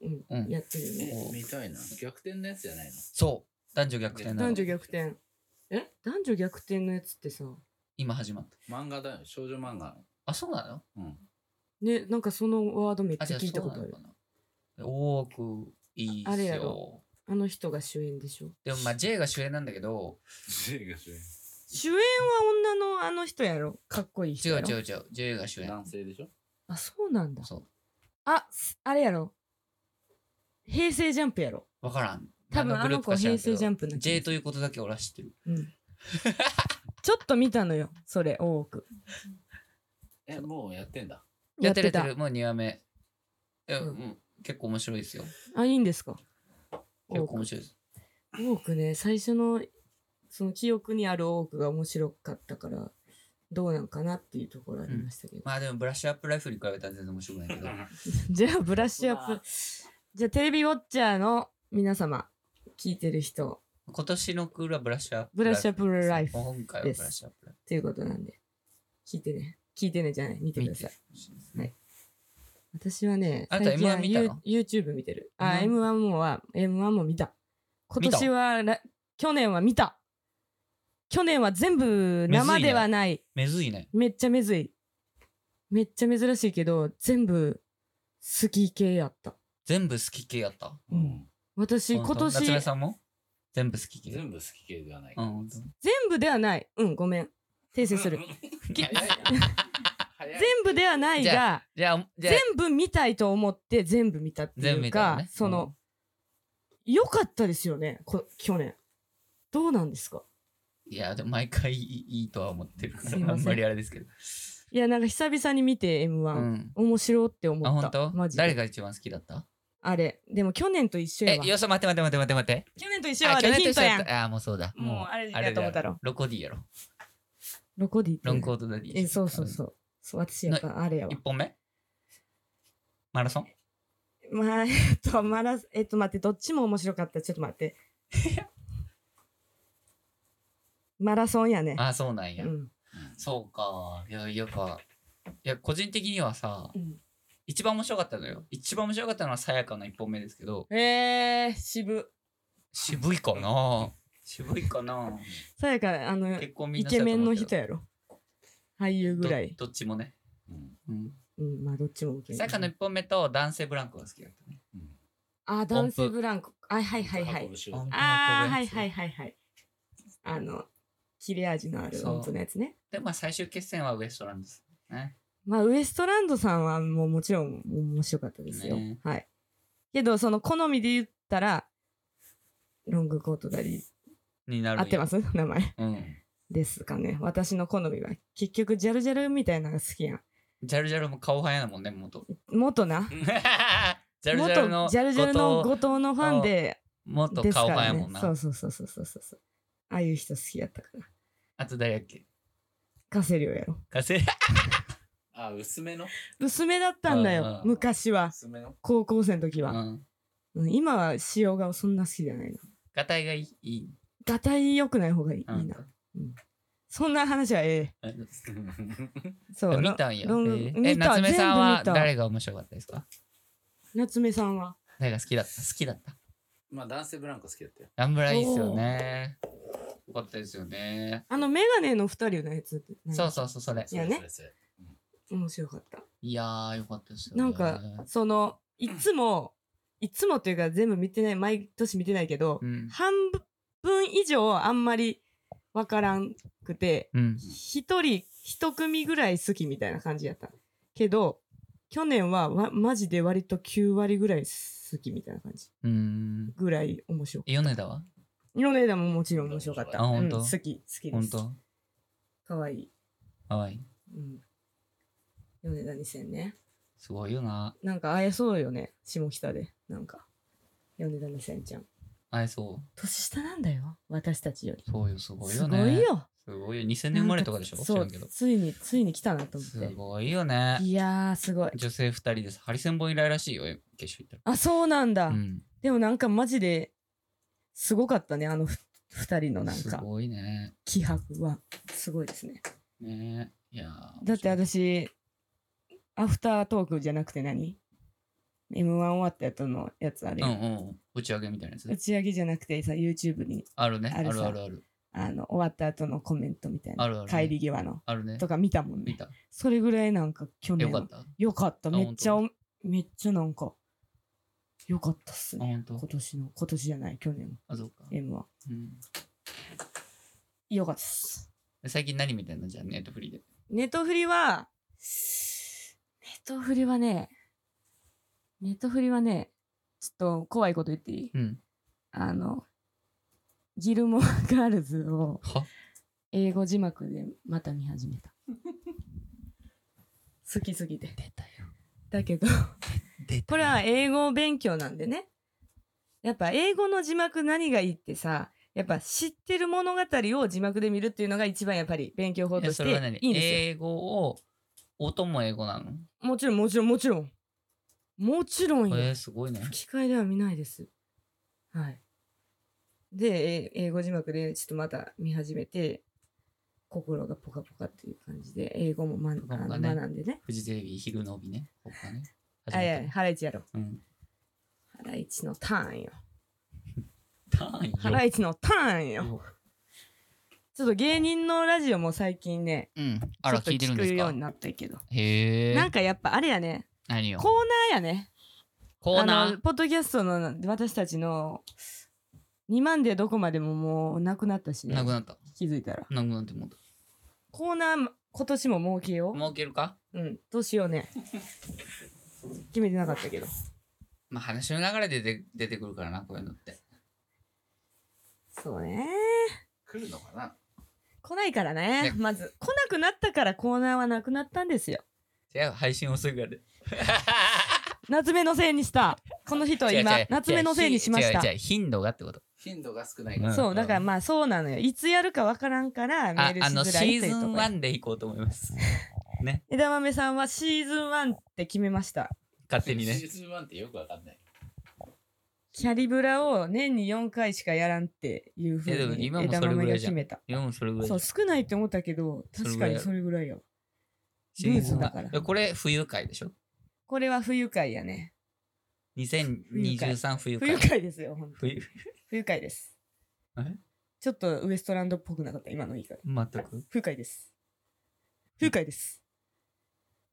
Speaker 1: うん。
Speaker 3: うん
Speaker 1: やってるよね。
Speaker 4: 見たいな。逆転のやつじゃないの
Speaker 3: そう。男女逆転なの
Speaker 1: 男女逆転。え男女逆転のやつってさ。
Speaker 3: 今始まった。
Speaker 4: 漫画だよ。少女漫 画。
Speaker 3: あ、そうなの
Speaker 4: うん。
Speaker 1: ね、なんかそのワードめっ
Speaker 3: あ、
Speaker 1: ち
Speaker 3: じ
Speaker 1: ゃ
Speaker 3: ゃあ
Speaker 1: 聞いた
Speaker 3: そう
Speaker 1: こ
Speaker 3: な
Speaker 1: とある
Speaker 3: のか。な。大奥、いいっ
Speaker 1: あれ
Speaker 3: す
Speaker 1: や
Speaker 3: よ。
Speaker 1: あの人が主演でしょ。
Speaker 3: でも、まあ、J が主演なんだけど、
Speaker 4: J が主演。
Speaker 1: 主演は女のあの人やろ。かっこいい人
Speaker 3: 違う
Speaker 1: やろ。
Speaker 3: 違う違う。J が主演。
Speaker 4: 男性でしょ
Speaker 1: あ、そうなんだ。
Speaker 3: そ
Speaker 1: あ、すあれやろ。平成ジャンプやろ。
Speaker 3: う。わからん。
Speaker 1: 多分
Speaker 3: 何グループか
Speaker 1: あの子
Speaker 3: 知らんけど
Speaker 1: 平成ジャンプの気がする
Speaker 3: J ということだけ俺は知ってる。
Speaker 1: うん。ちょっと見たのよ、それ、多く。
Speaker 4: え、もうやってんだ。
Speaker 3: やってるやってる。もう2話目。え
Speaker 1: うん
Speaker 3: うん結構面白いですよ。
Speaker 1: あ、いいんですか
Speaker 3: 結構面白いです。
Speaker 1: 多くね、最初の、その記憶にある多くが面白かったから、どうなんかなっていうところありましたけど。
Speaker 3: まあでもブラッシュアップライフに比べたら全然面白くないけど。
Speaker 1: じゃあ、ブラッシュアップ。じゃあ、テレビウォッチャーの皆様、聞いてる人、
Speaker 3: 今年のクールはブラッシュアップ
Speaker 1: ブラッシュアップライフ
Speaker 3: 今回はブラッシュアップライ
Speaker 1: ということなんで、聞いてね。聞いてねじゃない、見て
Speaker 3: フ。
Speaker 1: くだ
Speaker 3: 見て
Speaker 1: さい。
Speaker 3: ほしいですね
Speaker 1: はい私はね、
Speaker 3: あなた
Speaker 1: 最近は
Speaker 3: M1 見たの
Speaker 1: You- ?YouTube 見てる。あ、
Speaker 3: M1
Speaker 1: M1 もは、M1 も見た。今
Speaker 3: 見た
Speaker 1: 年はら、去年は見た。去年は全部生ではない。
Speaker 3: めずいね。
Speaker 1: めっちゃめずい。めっちゃ珍しいけど、全部好き系やった。
Speaker 3: 全部好き系やった。
Speaker 4: うん。
Speaker 1: 私、
Speaker 3: 本当
Speaker 1: 今年、
Speaker 3: 夏目
Speaker 1: 全
Speaker 3: さんも全部好き系。
Speaker 4: 全部好き系ではない。
Speaker 3: うん、本当
Speaker 1: 部ではない。うん、ごめん。訂正する。
Speaker 4: 早いな。早い
Speaker 1: 全部ではない
Speaker 3: じ
Speaker 1: が、
Speaker 3: じゃあ、じゃあ
Speaker 1: 全、部見たいと思って全部見たって
Speaker 3: 全部
Speaker 1: いう
Speaker 3: 見た
Speaker 1: か、
Speaker 3: のね。
Speaker 1: その、良かったですよね、こ去年。どうなんですか
Speaker 3: うん。いや、でも毎回いいいいとは思ってるか
Speaker 1: すいませ
Speaker 3: ら、あ
Speaker 1: ん
Speaker 3: んまりあれですけど。
Speaker 1: いや、なんか久々に見て M1、
Speaker 3: うん。
Speaker 1: 面白って思
Speaker 3: あ、
Speaker 1: っ
Speaker 3: 本
Speaker 1: た。
Speaker 3: 当
Speaker 1: マジで
Speaker 3: 誰が一番好きだった
Speaker 1: あれ。でも去年と一緒
Speaker 3: え
Speaker 1: やわ、。
Speaker 3: よそ待って待って待って待って待って。
Speaker 1: 去年と一緒や
Speaker 3: あ、
Speaker 1: わ。でヒントやん。
Speaker 3: あ、もうそうだ。
Speaker 1: もうあれやと
Speaker 3: だ
Speaker 1: 思
Speaker 3: よ
Speaker 1: ったろ。
Speaker 3: ロコディやろ。
Speaker 1: ロコディって
Speaker 3: ロンコートダディ。
Speaker 1: え、そうそうそう。そう私やっぱあれやわ
Speaker 3: 一。本目マラソン
Speaker 1: まあ、 えっと、まだ、えっと、待って、どっちも面白かった。ちょっと待 って。マラソンやね。
Speaker 3: あ、そうなん
Speaker 1: う
Speaker 3: や。
Speaker 1: ん。
Speaker 3: そうか。いや、やっぱ、や個人的にはさ
Speaker 2: うん
Speaker 3: 一番面白かったのよ一番面白かったのはさやかの一本目ですけど
Speaker 1: えー、渋。
Speaker 3: 渋い かな渋いかな
Speaker 1: さやか、あの、
Speaker 3: 結婚みん
Speaker 1: イ
Speaker 3: なさ
Speaker 1: ケメンの
Speaker 3: や
Speaker 1: 人
Speaker 3: と
Speaker 1: やろ。俳優
Speaker 3: 思うけ
Speaker 1: ぐ
Speaker 3: ど
Speaker 1: らい。
Speaker 3: どどっちもね、
Speaker 4: うん
Speaker 3: うん、
Speaker 1: うん、まあ、どっちもイケメン
Speaker 3: さやかの一本目と男性ブランコが好きだったね
Speaker 4: うん
Speaker 1: あ、男性ブランコ。あ、はいはいは
Speaker 4: 運
Speaker 1: い
Speaker 4: ぶ。仕事
Speaker 1: あー、はいはいいはいはい。あの、切れ味のある
Speaker 3: そう
Speaker 1: 音符のやつね。
Speaker 3: でまあ最終決戦はウエストランドですね
Speaker 1: まあ、ウエストランドさんはもうもちろん面白かったですよ。
Speaker 3: ね
Speaker 1: はい。けど、その好みで言ったら、ロングコートダディ、
Speaker 3: になる、
Speaker 1: 合ってますす名前。
Speaker 3: うん、
Speaker 1: ですかね。私の好みは。結局、ジャルジャルみたいなのが好きやん。
Speaker 3: ジャルジャルも顔早いなもん ね元
Speaker 1: 元な。
Speaker 3: ジャルジャルの
Speaker 1: 元ジャルジャルの
Speaker 3: 後
Speaker 1: 後藤のファンで、
Speaker 3: 藤元
Speaker 1: です
Speaker 3: 顔
Speaker 1: か
Speaker 3: 早
Speaker 1: ら
Speaker 3: い
Speaker 1: ね
Speaker 3: もん。な、
Speaker 1: そうそうそうそうそうそうそう。ああいう人好きやったから。
Speaker 3: あと誰やっけ
Speaker 1: カセリオやろ。
Speaker 3: 火星
Speaker 4: あ、薄めの
Speaker 1: 薄めだったんだ
Speaker 3: うん
Speaker 1: よ
Speaker 3: う。ん
Speaker 1: 昔は。
Speaker 4: 薄めの
Speaker 1: 高校生の時は。
Speaker 3: うん
Speaker 1: うん今は塩顔そんな好きじゃないな。
Speaker 3: ガタイがいいいい
Speaker 1: がたい良くない方がいいいい
Speaker 3: うん
Speaker 1: な。そんな話はえ
Speaker 3: あ
Speaker 1: え。そう。
Speaker 3: 見たんや
Speaker 1: ロング
Speaker 3: えーえ
Speaker 1: 見た
Speaker 3: 夏目さん
Speaker 1: 全
Speaker 3: は
Speaker 1: 部見た
Speaker 3: 誰が面白かったですか
Speaker 1: 夏目さんは。
Speaker 3: 誰が好きだった好きだった
Speaker 4: まあ男性ブランコ好きだったよ。
Speaker 3: ランブラいいっすよねよかったですよね
Speaker 1: あの、メガネの二人のやつって何。
Speaker 3: そうそうそうそれ
Speaker 1: いやね
Speaker 4: それそれ
Speaker 1: 面白かった。
Speaker 3: いやーよかったですよね
Speaker 1: なんか、その、いつも、いつもというか全部見てない、毎年見てないけど
Speaker 3: う、ん
Speaker 1: 半分以上あんまりわからんくて、
Speaker 3: うん
Speaker 1: 一人一組ぐらい好きみたいな感じやったけど去年はわマジで割と9割ぐらい好きみたいな感じ
Speaker 3: うん
Speaker 1: ぐらい面白かっ
Speaker 3: 米田は
Speaker 1: た米田ももちろん面白かった
Speaker 3: あ本当
Speaker 1: うん好き好きで
Speaker 3: 本
Speaker 1: す
Speaker 3: 当
Speaker 1: かわいい、
Speaker 3: かわいい
Speaker 1: うん、米田2000ね
Speaker 3: すごいよな
Speaker 1: なんか会えそうよね下北でなんか米田2000ちゃん
Speaker 3: あれそう
Speaker 1: 年下なんだよ私たちより
Speaker 3: そうよすごい
Speaker 1: す
Speaker 3: よ
Speaker 1: ご
Speaker 3: ね
Speaker 1: いよ
Speaker 3: すごいよ2000年生まれとかでしょ知
Speaker 1: そ
Speaker 3: ら
Speaker 1: うん
Speaker 3: けど
Speaker 1: ついについに来たなと思
Speaker 3: す
Speaker 1: っ
Speaker 3: ごいよね
Speaker 1: ていやーすごい
Speaker 3: 女性2人ですハリセンボン以来らしいよ決勝行っ
Speaker 1: あそうなんだ、
Speaker 3: たらうん
Speaker 1: でもなんかマジですごかったねあのふ二人のなん
Speaker 3: す
Speaker 1: か
Speaker 3: ごいね
Speaker 1: 気迫はすごいですね
Speaker 3: ねいやー
Speaker 1: だって私アフタートークじゃなくて何 m 1終わった後のやつあれ、
Speaker 3: うんうん打ち上げみたいなやつ
Speaker 1: 打ち上げじゃなくてさ YouTube に
Speaker 3: あるねあ
Speaker 1: ある
Speaker 3: る
Speaker 1: さ
Speaker 3: あるある
Speaker 1: あの終わった後のコメントみたいな
Speaker 3: あるある
Speaker 1: 帰り際の
Speaker 3: あるね
Speaker 1: とか見たもん
Speaker 3: 見
Speaker 1: ね
Speaker 3: た
Speaker 1: それぐらいなんか去
Speaker 3: よ
Speaker 1: 年
Speaker 3: かったあ
Speaker 1: よかった
Speaker 3: あ
Speaker 1: めっちゃ
Speaker 3: 本
Speaker 1: おめっちゃなんかよかったっすね
Speaker 3: 本当
Speaker 1: 今年の今年じゃない去年の
Speaker 3: あそうか
Speaker 1: m 1
Speaker 3: うん
Speaker 1: よかったっす
Speaker 3: で最近何見てんのじゃあネットフリーで
Speaker 1: ネトフリは、ネトフリはね、ネトフリはね、ちょっと怖いこと言っていい
Speaker 3: うん
Speaker 1: あの、ギルモアガールズを
Speaker 3: は
Speaker 1: 英語字幕でまた見始め た。好きすぎて。
Speaker 3: 出たよ
Speaker 1: だけど、
Speaker 3: 出た
Speaker 1: これは英語勉強なんでね。やっぱ英語の字幕何がいいってさ、やっぱ知ってる物語を字幕で見るっていうのが一番やっぱり勉強法
Speaker 3: いや
Speaker 1: とし
Speaker 3: そ
Speaker 1: て
Speaker 3: れは何
Speaker 1: いいんですよ。
Speaker 3: 英語を音も英語なの
Speaker 1: もちろんもちろんもちろんもちろんよ、
Speaker 3: えー、すごいね
Speaker 1: 吹き替えでは見ないですはいでえ英語字幕でちょっとまた見始めて心がポカポカっていう感じで英語も、ま
Speaker 3: ポカポ
Speaker 1: あ
Speaker 3: カ
Speaker 1: の
Speaker 3: ね
Speaker 1: 学んでね
Speaker 3: フジテレビ昼の帯ねここがね初
Speaker 1: あい
Speaker 3: め
Speaker 1: や
Speaker 3: て
Speaker 1: ハライチやろう
Speaker 3: うん
Speaker 1: ハライチのターンよ
Speaker 3: 単位よ
Speaker 1: ハライチのターンよ
Speaker 3: よ
Speaker 1: ちょっと芸人のラジオも最近ね
Speaker 3: うんあ
Speaker 1: ちょ
Speaker 3: ら
Speaker 1: っと
Speaker 3: 聞いてる
Speaker 1: 聞
Speaker 3: んです
Speaker 1: くよう
Speaker 3: か
Speaker 1: になったけど
Speaker 3: へえ
Speaker 1: なんかやっぱあれやね
Speaker 3: 何
Speaker 1: コ
Speaker 3: よ
Speaker 1: ーナーやね
Speaker 3: コーナ
Speaker 1: あのポッドキャストの私たちの2万でどこまでももうなくなったし
Speaker 3: ー
Speaker 1: ね
Speaker 3: なくなった
Speaker 1: 気づいたら
Speaker 3: なくなってもうた
Speaker 1: コーナー今年も儲けよ
Speaker 3: 儲けるか
Speaker 1: ううんどうしようね決めてなかったけど
Speaker 3: まあ話の流れで出て出てくるからなこういうのって
Speaker 1: そうね
Speaker 4: 来るのかな
Speaker 1: 来ないからね
Speaker 3: ね
Speaker 1: まず来なくなったからコーナーはなくなったんですよ
Speaker 3: 違う配信遅いからで
Speaker 1: 夏目のせいにしたこの人は今
Speaker 3: 違う違う
Speaker 1: 夏目のせいにしました
Speaker 3: 違う違う違う頻度がってこと
Speaker 4: 頻度が少ないから。
Speaker 3: うん
Speaker 1: そうだからまあそうなのよいつやるかわからんからメー
Speaker 3: あ
Speaker 1: ルし
Speaker 3: あのシ
Speaker 1: づらい
Speaker 3: ー
Speaker 1: とい
Speaker 3: ズ
Speaker 1: うと
Speaker 3: ン
Speaker 1: ころ
Speaker 3: 1で行こうと思 います
Speaker 1: 枝豆さんはシーズン1って決めました
Speaker 3: 勝手にね
Speaker 4: シーズン1ってよくわかんない。
Speaker 1: キャリブラを年に4回しかやらんっていうふ
Speaker 3: いやで
Speaker 1: う
Speaker 3: も
Speaker 1: に
Speaker 3: 今も
Speaker 1: 枝
Speaker 3: それぐ
Speaker 1: 豆
Speaker 3: ら
Speaker 1: が
Speaker 3: いじゃ
Speaker 1: 決
Speaker 3: ん
Speaker 1: めた。
Speaker 3: いやもうそれぐらい
Speaker 1: そう、少ないって思ったけど、
Speaker 3: それ
Speaker 1: 確
Speaker 3: ぐ
Speaker 1: から
Speaker 3: い
Speaker 1: にそれぐらいやわ。
Speaker 3: シリーズ
Speaker 6: ルーズだ
Speaker 3: が
Speaker 6: から。
Speaker 3: いやこれ冬会でしょ
Speaker 1: これは不愉快やね。
Speaker 3: ?2023 冬
Speaker 1: 不
Speaker 3: 会。
Speaker 1: 愉快ですよ、ほんと
Speaker 3: 冬
Speaker 1: 不愉快です
Speaker 3: え。
Speaker 1: ちょっとウエストランドっぽくなかった、今の言い方。
Speaker 3: 全く。
Speaker 1: 不愉快です。不愉快です。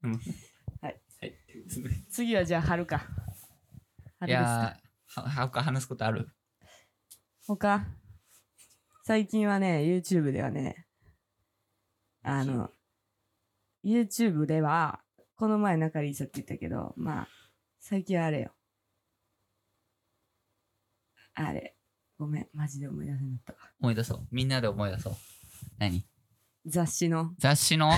Speaker 4: はい。
Speaker 1: 次はじゃあ、春か。
Speaker 3: い
Speaker 1: 春ですか。
Speaker 3: やー、は、は、話すことある
Speaker 1: 他、最近はね、YouTube ではね、あの、YouTube では、この前中里さんって言ったけど、まあ、最近はあれよ。あれ、ごめん、マジで思い出せなかったわ。
Speaker 3: 思い出そう。みんなで思い出そう。何
Speaker 1: 雑誌の、
Speaker 3: 雑 誌の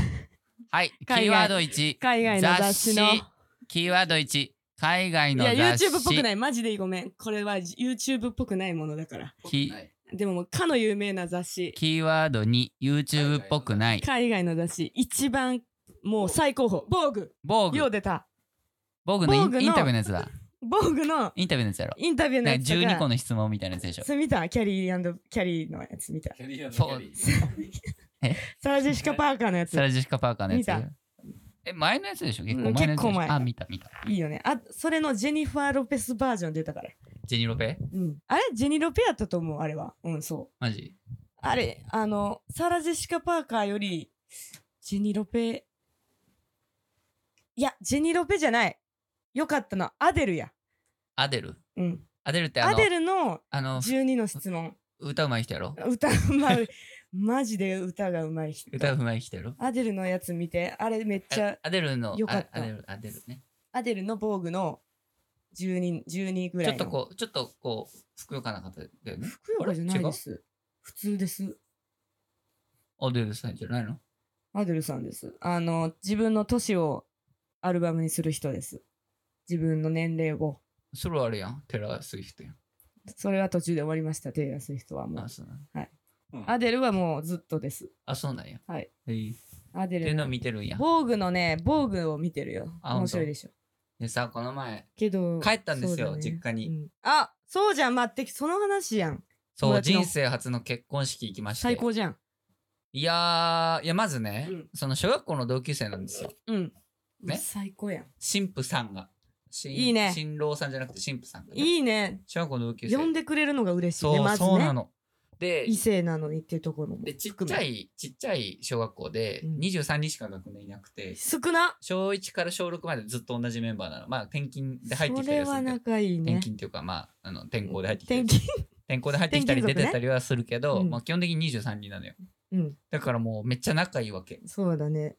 Speaker 3: はい、キ
Speaker 1: 海外
Speaker 3: ーワード1。
Speaker 1: 海外の雑誌の。
Speaker 3: 誌キーワード1。海外
Speaker 1: い
Speaker 3: の
Speaker 1: や、
Speaker 3: 雑誌。
Speaker 1: YouTube っぽくない。マジでごめん。これは YouTube っぽくないものだから。
Speaker 3: き
Speaker 4: はい
Speaker 1: でももう、かの有名な雑誌、
Speaker 3: キーワード2。YouTube っぽくない。
Speaker 1: 海外の雑誌、一番、もう最高峰、防具、
Speaker 3: 防
Speaker 1: よう
Speaker 3: 具。
Speaker 1: 出た。
Speaker 3: 防具のイン
Speaker 1: 防具の
Speaker 3: インタビューのやつだ。
Speaker 1: 防具の
Speaker 3: インタビューのやつやろ。
Speaker 1: インタビューの
Speaker 3: なん
Speaker 1: や
Speaker 3: か
Speaker 1: つとか
Speaker 3: 12個の質問みたいなやつでしょ。
Speaker 1: それ見たキャリーキャリーのやつ見た
Speaker 4: キャリアのキャリー
Speaker 1: サラジェシカ・パーカーのやつ
Speaker 3: サラジェシカ・パーカーのや
Speaker 1: 見た
Speaker 3: つ。え、前のやつでしょ結構
Speaker 1: うん
Speaker 3: 前のやつでしょ
Speaker 1: 結構前
Speaker 3: あ、見た見た。
Speaker 1: いいよねあそれのジェニファー・ロペスバージョン出たから、
Speaker 3: ジェニーロペ
Speaker 1: うん、あれジェニロペやったと思うあれはうんそう
Speaker 3: マジ
Speaker 1: あれあのサラジェシカ・パーカーよりジェニロペいやジェニロペじゃないよかったのはアデルや
Speaker 3: アデル
Speaker 1: うん
Speaker 3: アデルってあ
Speaker 1: ア
Speaker 3: の
Speaker 1: デルの
Speaker 3: あの
Speaker 1: 12の質問
Speaker 3: 歌うまい人やろ
Speaker 1: 歌うまいマジで歌がうまい人
Speaker 3: 歌うまい人やろ
Speaker 1: アデルのやつ見てあれめっちゃ
Speaker 3: あアデルの
Speaker 1: よかった
Speaker 3: あアデルアデルね
Speaker 1: アデルの防具の12 12ぐ
Speaker 3: ち
Speaker 1: ら
Speaker 3: ょ
Speaker 1: い
Speaker 3: っ
Speaker 1: の
Speaker 3: とこうちょっとこうふくよかな方だよね
Speaker 1: ふくよかじゃないです普通です
Speaker 3: アデルさんじゃないの
Speaker 1: アデルさんですあの自分の年をアルバムにする人です自分の年齢を
Speaker 3: それはあれやんテラー・スウィフトやん
Speaker 1: それは途中で終わりましたテイラー・スウィフトはもう
Speaker 3: あそうなん
Speaker 4: うん
Speaker 1: アデルはもうずっとです
Speaker 3: あそうなんや
Speaker 1: はい
Speaker 3: えーっ
Speaker 1: アデ
Speaker 3: ていう
Speaker 1: ル
Speaker 3: のを
Speaker 1: の
Speaker 3: 見てるんや
Speaker 1: 防具のね防具を見てるよ
Speaker 3: あ
Speaker 1: 面白いでしょ
Speaker 3: でさこの前
Speaker 1: けど
Speaker 3: 帰ったんですよ
Speaker 1: そうだね
Speaker 3: 実家に
Speaker 1: うんあそうじゃん待ってその話やん
Speaker 3: そ
Speaker 1: 友
Speaker 3: う
Speaker 1: 達の
Speaker 3: 人生初の結婚式行きまして
Speaker 1: 最高じゃん
Speaker 3: いやーいやまずね、
Speaker 1: うん
Speaker 3: その小学校の同級生なんですよ
Speaker 1: うん
Speaker 3: ね
Speaker 1: 最高やん
Speaker 3: 新婦さんが新
Speaker 1: いいね
Speaker 3: 新郎さんじゃなくて新婦さんが、ね、
Speaker 1: いいね
Speaker 3: 小学校の同級生
Speaker 1: 呼んでくれるのが嬉しい
Speaker 3: そう、
Speaker 1: ねまず
Speaker 3: そうな
Speaker 1: ね
Speaker 3: ので
Speaker 1: 異性なのにっていうところも
Speaker 3: でちっちゃいちっちゃい小学校で
Speaker 1: うん
Speaker 3: 23人しか学年いなくて、
Speaker 1: 少な
Speaker 3: 小1から小6までずっと同じメンバーなのまあ転勤で入ってき
Speaker 1: そ
Speaker 3: たり
Speaker 1: れ
Speaker 3: はす
Speaker 1: は
Speaker 3: るけど、
Speaker 1: 仲いいね
Speaker 3: 転勤っていうかまああの転校で入ってきたり
Speaker 1: 転勤
Speaker 3: 転校で入ってきたり出
Speaker 1: 転勤族ね
Speaker 3: てたりはするけど、
Speaker 1: うん
Speaker 3: まあ、基本的に23人なのよ
Speaker 1: うん
Speaker 3: だからもうめっちゃ仲いいわけ
Speaker 1: そうだね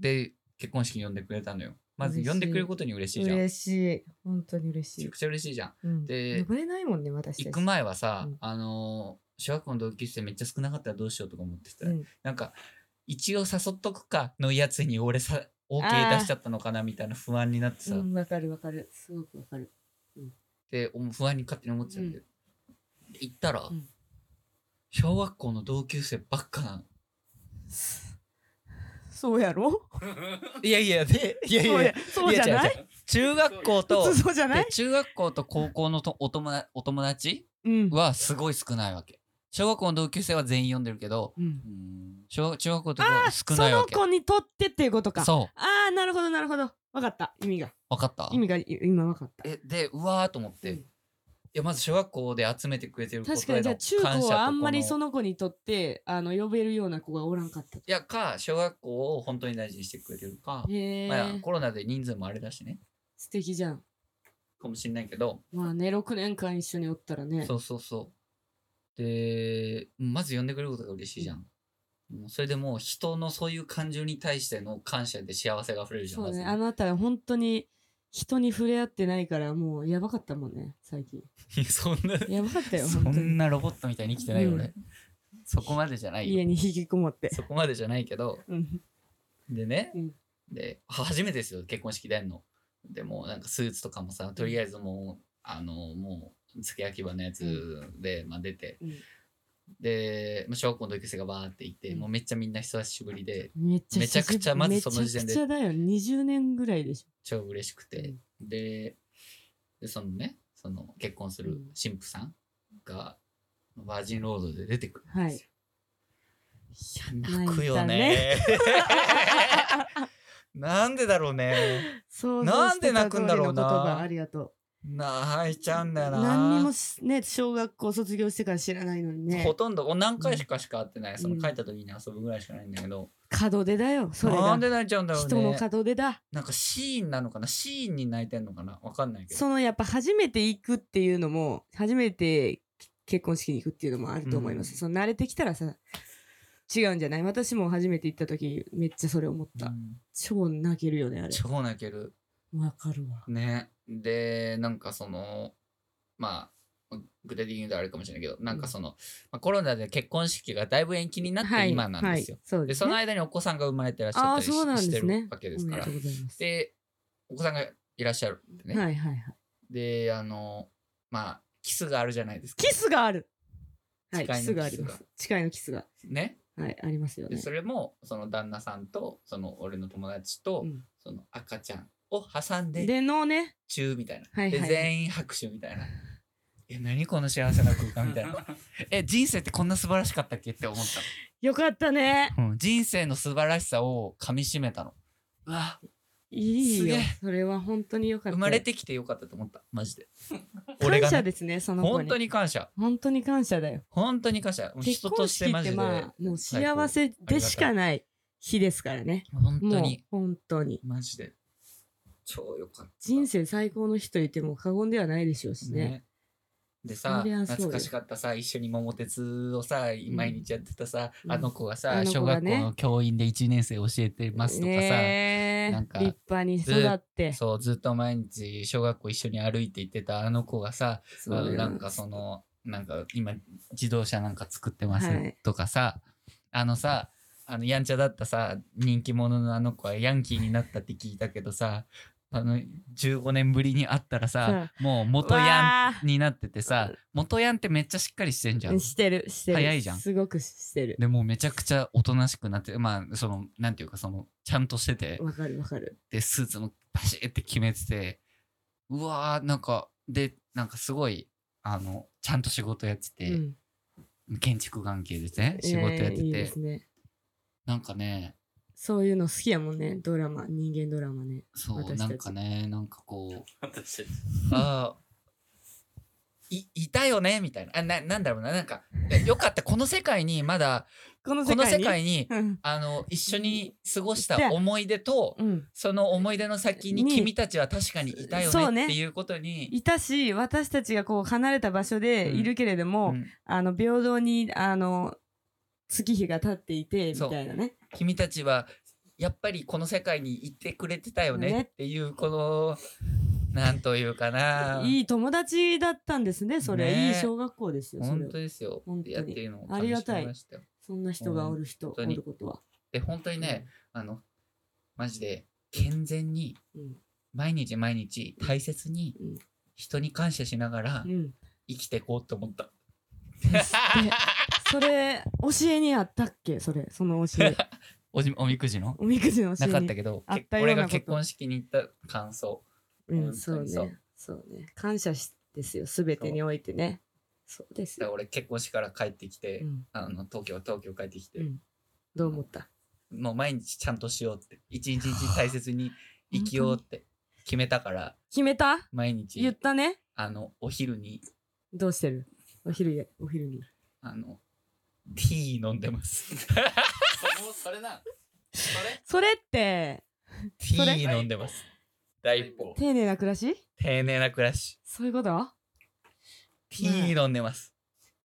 Speaker 3: で結婚式呼んでくれたのよまず
Speaker 1: 嬉しい
Speaker 3: 呼んでくれることに嬉しいじゃんめ
Speaker 1: 嬉しい本当に嬉し
Speaker 3: ちゃ
Speaker 1: い
Speaker 3: くちゃ嬉しいじゃん
Speaker 1: うん
Speaker 3: で
Speaker 1: 呼ばれないもんね私たち
Speaker 3: 行く前はさ、
Speaker 1: うん
Speaker 3: あのー小学校の同級生めっちゃ少なかったらどうしようとか思ってた、
Speaker 1: うん
Speaker 3: なんか一応誘っとくかのやつに俺さ OK 出しちゃったのかなみたいな不安になってさ、
Speaker 1: うんわかるわかるすごくわかる
Speaker 3: でお不安に勝手に思ってたんだけど、で行ったら、
Speaker 1: うん
Speaker 3: 小学校の同級生ばっかなの
Speaker 1: そうやろ
Speaker 3: いやいやでいや
Speaker 1: そうやそうじゃない
Speaker 3: や違う違う中学校と
Speaker 1: 普通そうじゃない
Speaker 3: で中学校と高校のとお友なお友達
Speaker 1: うん
Speaker 3: はすごい少ないわけ小学校の同級生は全員読んでるけど
Speaker 1: うん
Speaker 4: うん
Speaker 3: 小中学校と
Speaker 1: あ
Speaker 3: か
Speaker 1: あ
Speaker 3: 少
Speaker 1: そ
Speaker 3: ないわ
Speaker 1: の
Speaker 3: け
Speaker 1: 子にとってっていうことか
Speaker 3: そう
Speaker 1: ああなるほどなるほどわかった意味が
Speaker 3: 分かった
Speaker 1: 意味がい今わかった
Speaker 3: えでうわーと思って、
Speaker 1: うん
Speaker 3: いやまず小学校で集めてくれてることへの
Speaker 1: 確かにじゃあ中
Speaker 3: 感謝
Speaker 1: 高
Speaker 3: と
Speaker 1: はあんまりそ
Speaker 3: この
Speaker 1: の子にとってあの呼べるような子がおらんかったと
Speaker 3: いやか小学校を本当に大事にしてくれてるか、
Speaker 1: へえ、
Speaker 3: まあ、コロナで人数もあれだしね
Speaker 1: 素敵じゃん
Speaker 3: かもしれないけど、
Speaker 1: まあね6年間一緒におったらね
Speaker 3: そうそうそうでまず呼んでくれることが嬉しいじゃん、もうそれでもう人のそういう感情に対しての感謝で幸せが溢れるじゃん
Speaker 1: そうね
Speaker 3: ま
Speaker 1: あ
Speaker 3: ず
Speaker 1: なたは本当に人に触れ合ってないからもうやばかったもんね最近
Speaker 3: いや そんな
Speaker 1: やばかったよ
Speaker 3: そ
Speaker 1: 本当
Speaker 3: ん
Speaker 1: に
Speaker 3: なロボットみたいに生きてないよ俺、
Speaker 1: うん
Speaker 3: そこまでじゃないよ
Speaker 1: 家に引きこも って
Speaker 3: そこまでじゃないけど
Speaker 1: うん
Speaker 3: でね、
Speaker 1: うん
Speaker 3: では初めてですよ結婚式出んのでもうなんかスーツとかもさとりあえずもうあのもう付け焼き場のやつで、まあ、出て
Speaker 1: うん
Speaker 3: で、まあ、小学校の同級生がバーって行って、
Speaker 1: うん
Speaker 3: もうめっちゃみんな久しぶりで
Speaker 1: めっちゃ
Speaker 3: めちゃくちゃまずその時点で
Speaker 1: めちゃくちゃだよ20年ぐらいでし
Speaker 3: 超嬉しくて、ででそのねその結婚す
Speaker 1: う
Speaker 3: る
Speaker 1: ん
Speaker 3: 新婦さんがバージンロードで出てくるんですよ。いや泣くよね。 なんでだろうね。
Speaker 1: そう
Speaker 3: なんで泣くんだろうな
Speaker 1: ありがと
Speaker 3: 泣いちゃうん
Speaker 1: う。
Speaker 3: だよな。
Speaker 1: 何にもしね、小学校卒業してから知らないのにね
Speaker 3: ほ。とんどお何回しかしか会ってない、その
Speaker 1: うん
Speaker 3: 帰った時に遊ぶぐらいしかないんだけど、
Speaker 1: 門出だよ、それ
Speaker 3: な
Speaker 1: が
Speaker 3: ん。で泣いちゃうんだろう
Speaker 1: 人の
Speaker 3: ね
Speaker 1: 門出だ。
Speaker 3: なんかシーンなのかなシーンに泣いてんのかなわかんないけど
Speaker 1: そのやっぱ初めて行くっていうのも、初めて結婚式に行くっていうのもあると思います。
Speaker 3: うん
Speaker 1: その慣れてきたらさ、違うんじゃない私も初めて行った時、めっちゃそれ思った。
Speaker 3: うん
Speaker 1: 超泣けるよね、あれ。
Speaker 3: 超泣ける
Speaker 7: わかるわ。
Speaker 3: ねでなんかそのまあ具体的に言うとあれかもしれないけどなんかその、まあ、コロナで結婚式がだいぶ延期になって今なんですよ、
Speaker 1: はい、そう
Speaker 3: で
Speaker 1: です、
Speaker 3: その
Speaker 1: ね。
Speaker 3: 間にお子さんが生まれてらっしゃったりし,、
Speaker 1: あーそうなんです
Speaker 3: し
Speaker 1: ね
Speaker 3: てるわけですから
Speaker 1: おめでとうございます。
Speaker 3: でお子さんがいらっしゃるんでね、
Speaker 1: はいはいはい。
Speaker 3: であのまあキスがあるじゃないですか
Speaker 1: キスがあるはい、
Speaker 3: 誓いの
Speaker 1: キ
Speaker 3: キ
Speaker 1: スがあり
Speaker 3: スが
Speaker 1: ます。誓いのキスが。
Speaker 3: ね
Speaker 1: はい、ありますよ
Speaker 3: で
Speaker 1: ね。
Speaker 3: それもその旦那さんとその俺の友達と、
Speaker 1: うん
Speaker 3: その赤ちゃんを挟んで
Speaker 1: で、のね、
Speaker 3: 中みたいな、
Speaker 1: はいはいはい
Speaker 3: で全員拍手みたいな「え何この幸せな空間」みたい な「え人生ってこんな素晴らしかったっけ?」って思っ
Speaker 1: よかったね。
Speaker 3: たの、うん、人生の素晴らしさを噛みしめたのうわ
Speaker 1: い
Speaker 3: す
Speaker 1: い
Speaker 3: げ
Speaker 1: よ
Speaker 3: え。
Speaker 1: それは本当によかった。
Speaker 3: 生まれてきてよかったと思ったマ ジで俺
Speaker 1: 感
Speaker 3: が、
Speaker 1: 謝
Speaker 3: ね、
Speaker 1: ですね、その子に。
Speaker 3: 本当に感謝
Speaker 1: 本当に感謝だよ。
Speaker 3: 本当に感謝もう
Speaker 1: 結
Speaker 3: 人と
Speaker 1: 婚
Speaker 3: し
Speaker 1: 式
Speaker 3: てマ
Speaker 1: っ
Speaker 3: ジ
Speaker 1: て
Speaker 3: で、
Speaker 1: まあ、もう幸せでしかない日ですからね。
Speaker 3: 本当
Speaker 1: もう
Speaker 3: に
Speaker 1: 本当に。
Speaker 3: マジで超よかった
Speaker 1: 人生最高の日と言っても過言ではないでしょうしね。
Speaker 3: ね。でさ、
Speaker 1: そりゃそうよ
Speaker 3: 懐かしかったさ、一緒に桃鉄をさ、毎日やってたさ、
Speaker 1: うん
Speaker 3: あの子がさ、
Speaker 1: あの子
Speaker 3: 小
Speaker 1: が
Speaker 3: 学
Speaker 1: ね
Speaker 3: 校の教員で1年生教えてますとかさ、
Speaker 1: ねえ
Speaker 3: なんか
Speaker 1: 立派に育って。
Speaker 3: そう、ずっと毎日小学校一緒に歩いて行ってたあの子がさ、
Speaker 1: そうよ
Speaker 3: なんかその、なんか今自動車なんか作ってます
Speaker 1: はい
Speaker 3: とかさ、あのさ、あのやんちゃだったさ、人気者のあの子はヤンキーになったって聞いたけどさ、あの15年ぶりに会ったらさ、もう元ヤン
Speaker 1: わー
Speaker 3: になっててさ
Speaker 1: う
Speaker 3: 元ヤンってめっちゃしっかりしてんじゃん。
Speaker 1: してる、してる。
Speaker 3: 早いじゃん
Speaker 1: すごくしてる。
Speaker 3: でもうめちゃくちゃおとなしくなってまあそのなんていうかそのちゃんとしてて
Speaker 1: わかるわかる。
Speaker 3: でスーツもパシッって決めててうわーなんかでなんかすごいあのちゃんと仕事やってて、
Speaker 1: うん
Speaker 3: 建築関係ですね仕事やってて、
Speaker 1: えーいいですね。
Speaker 3: なんかね
Speaker 1: そういうの好きやもんね、ドラマ、人間ドラマね。
Speaker 3: そう
Speaker 1: 私た
Speaker 3: な
Speaker 1: ち
Speaker 3: んかねなんかこう
Speaker 4: 私
Speaker 3: ああいいたよねみたいなあななんだろうななんかえよかったこの世界にまだ
Speaker 1: この
Speaker 3: この世界に
Speaker 1: うん。
Speaker 3: あの一緒に過ごした
Speaker 1: じゃあ
Speaker 3: 思い出と
Speaker 1: うん
Speaker 3: その思い出の先に
Speaker 1: に
Speaker 3: 君たちは確かにいた
Speaker 1: そ
Speaker 3: よ
Speaker 1: うね
Speaker 3: ねっていうことに、
Speaker 1: いたし、私たちがこう離れた場所でいるけれども、
Speaker 3: うん
Speaker 1: あの、平等に、あの、月日が経っていて、み
Speaker 3: そう
Speaker 1: たいなね。
Speaker 3: 君たちはやっぱりこの世界にいてくれてたよね
Speaker 1: ね
Speaker 3: っていうこのなんというかな
Speaker 1: いい友達だったんですね、それ。
Speaker 3: ね
Speaker 1: いい小学校ですよ、それ
Speaker 3: 本当ですよ
Speaker 1: 本当に
Speaker 3: やっていうのを
Speaker 1: ありがたい
Speaker 3: ましたよ
Speaker 1: そんな人がおる人、
Speaker 3: 本
Speaker 1: お
Speaker 3: 当に
Speaker 1: ることは。
Speaker 3: で本当にね、あのマジで健全に
Speaker 1: うん。
Speaker 3: 毎日毎日大切に
Speaker 1: うん
Speaker 3: 人に感謝しながら
Speaker 1: うん。
Speaker 3: 生きていこうと思った。
Speaker 1: でそれ、教えにあったっけそれ、その教 え。
Speaker 3: おじおみくじの
Speaker 1: おみくじの教え
Speaker 3: な
Speaker 1: に。
Speaker 3: かったけど、
Speaker 1: あ
Speaker 3: け
Speaker 1: ったよう
Speaker 3: 俺
Speaker 1: なこと
Speaker 3: が結婚式に行った感想。
Speaker 1: うん、
Speaker 3: 本当
Speaker 1: そう
Speaker 3: にそう
Speaker 1: ね。そうね。感謝しですよ、すべてにおいてね。そうです
Speaker 3: だから
Speaker 1: よ。
Speaker 3: 俺結婚式から帰ってきて、
Speaker 1: うん、
Speaker 3: あの東京東京帰ってきて、
Speaker 1: うんどう思った
Speaker 3: もう毎日ちゃんとしようって、一日一日大切に生きようって決めたから、
Speaker 1: 決めた
Speaker 3: 毎
Speaker 1: 言っ
Speaker 3: 日
Speaker 1: たね
Speaker 3: あのお昼に
Speaker 1: どうしてるお昼や、お昼に。
Speaker 3: あのティー飲んでます。
Speaker 4: もうそれなんそれ
Speaker 1: それって、
Speaker 3: テ
Speaker 1: それ
Speaker 3: ィー飲んでます。第一歩。
Speaker 1: 丁寧な暮らし
Speaker 3: 丁寧な暮らし。
Speaker 1: そういうこと
Speaker 3: ティー飲んでます。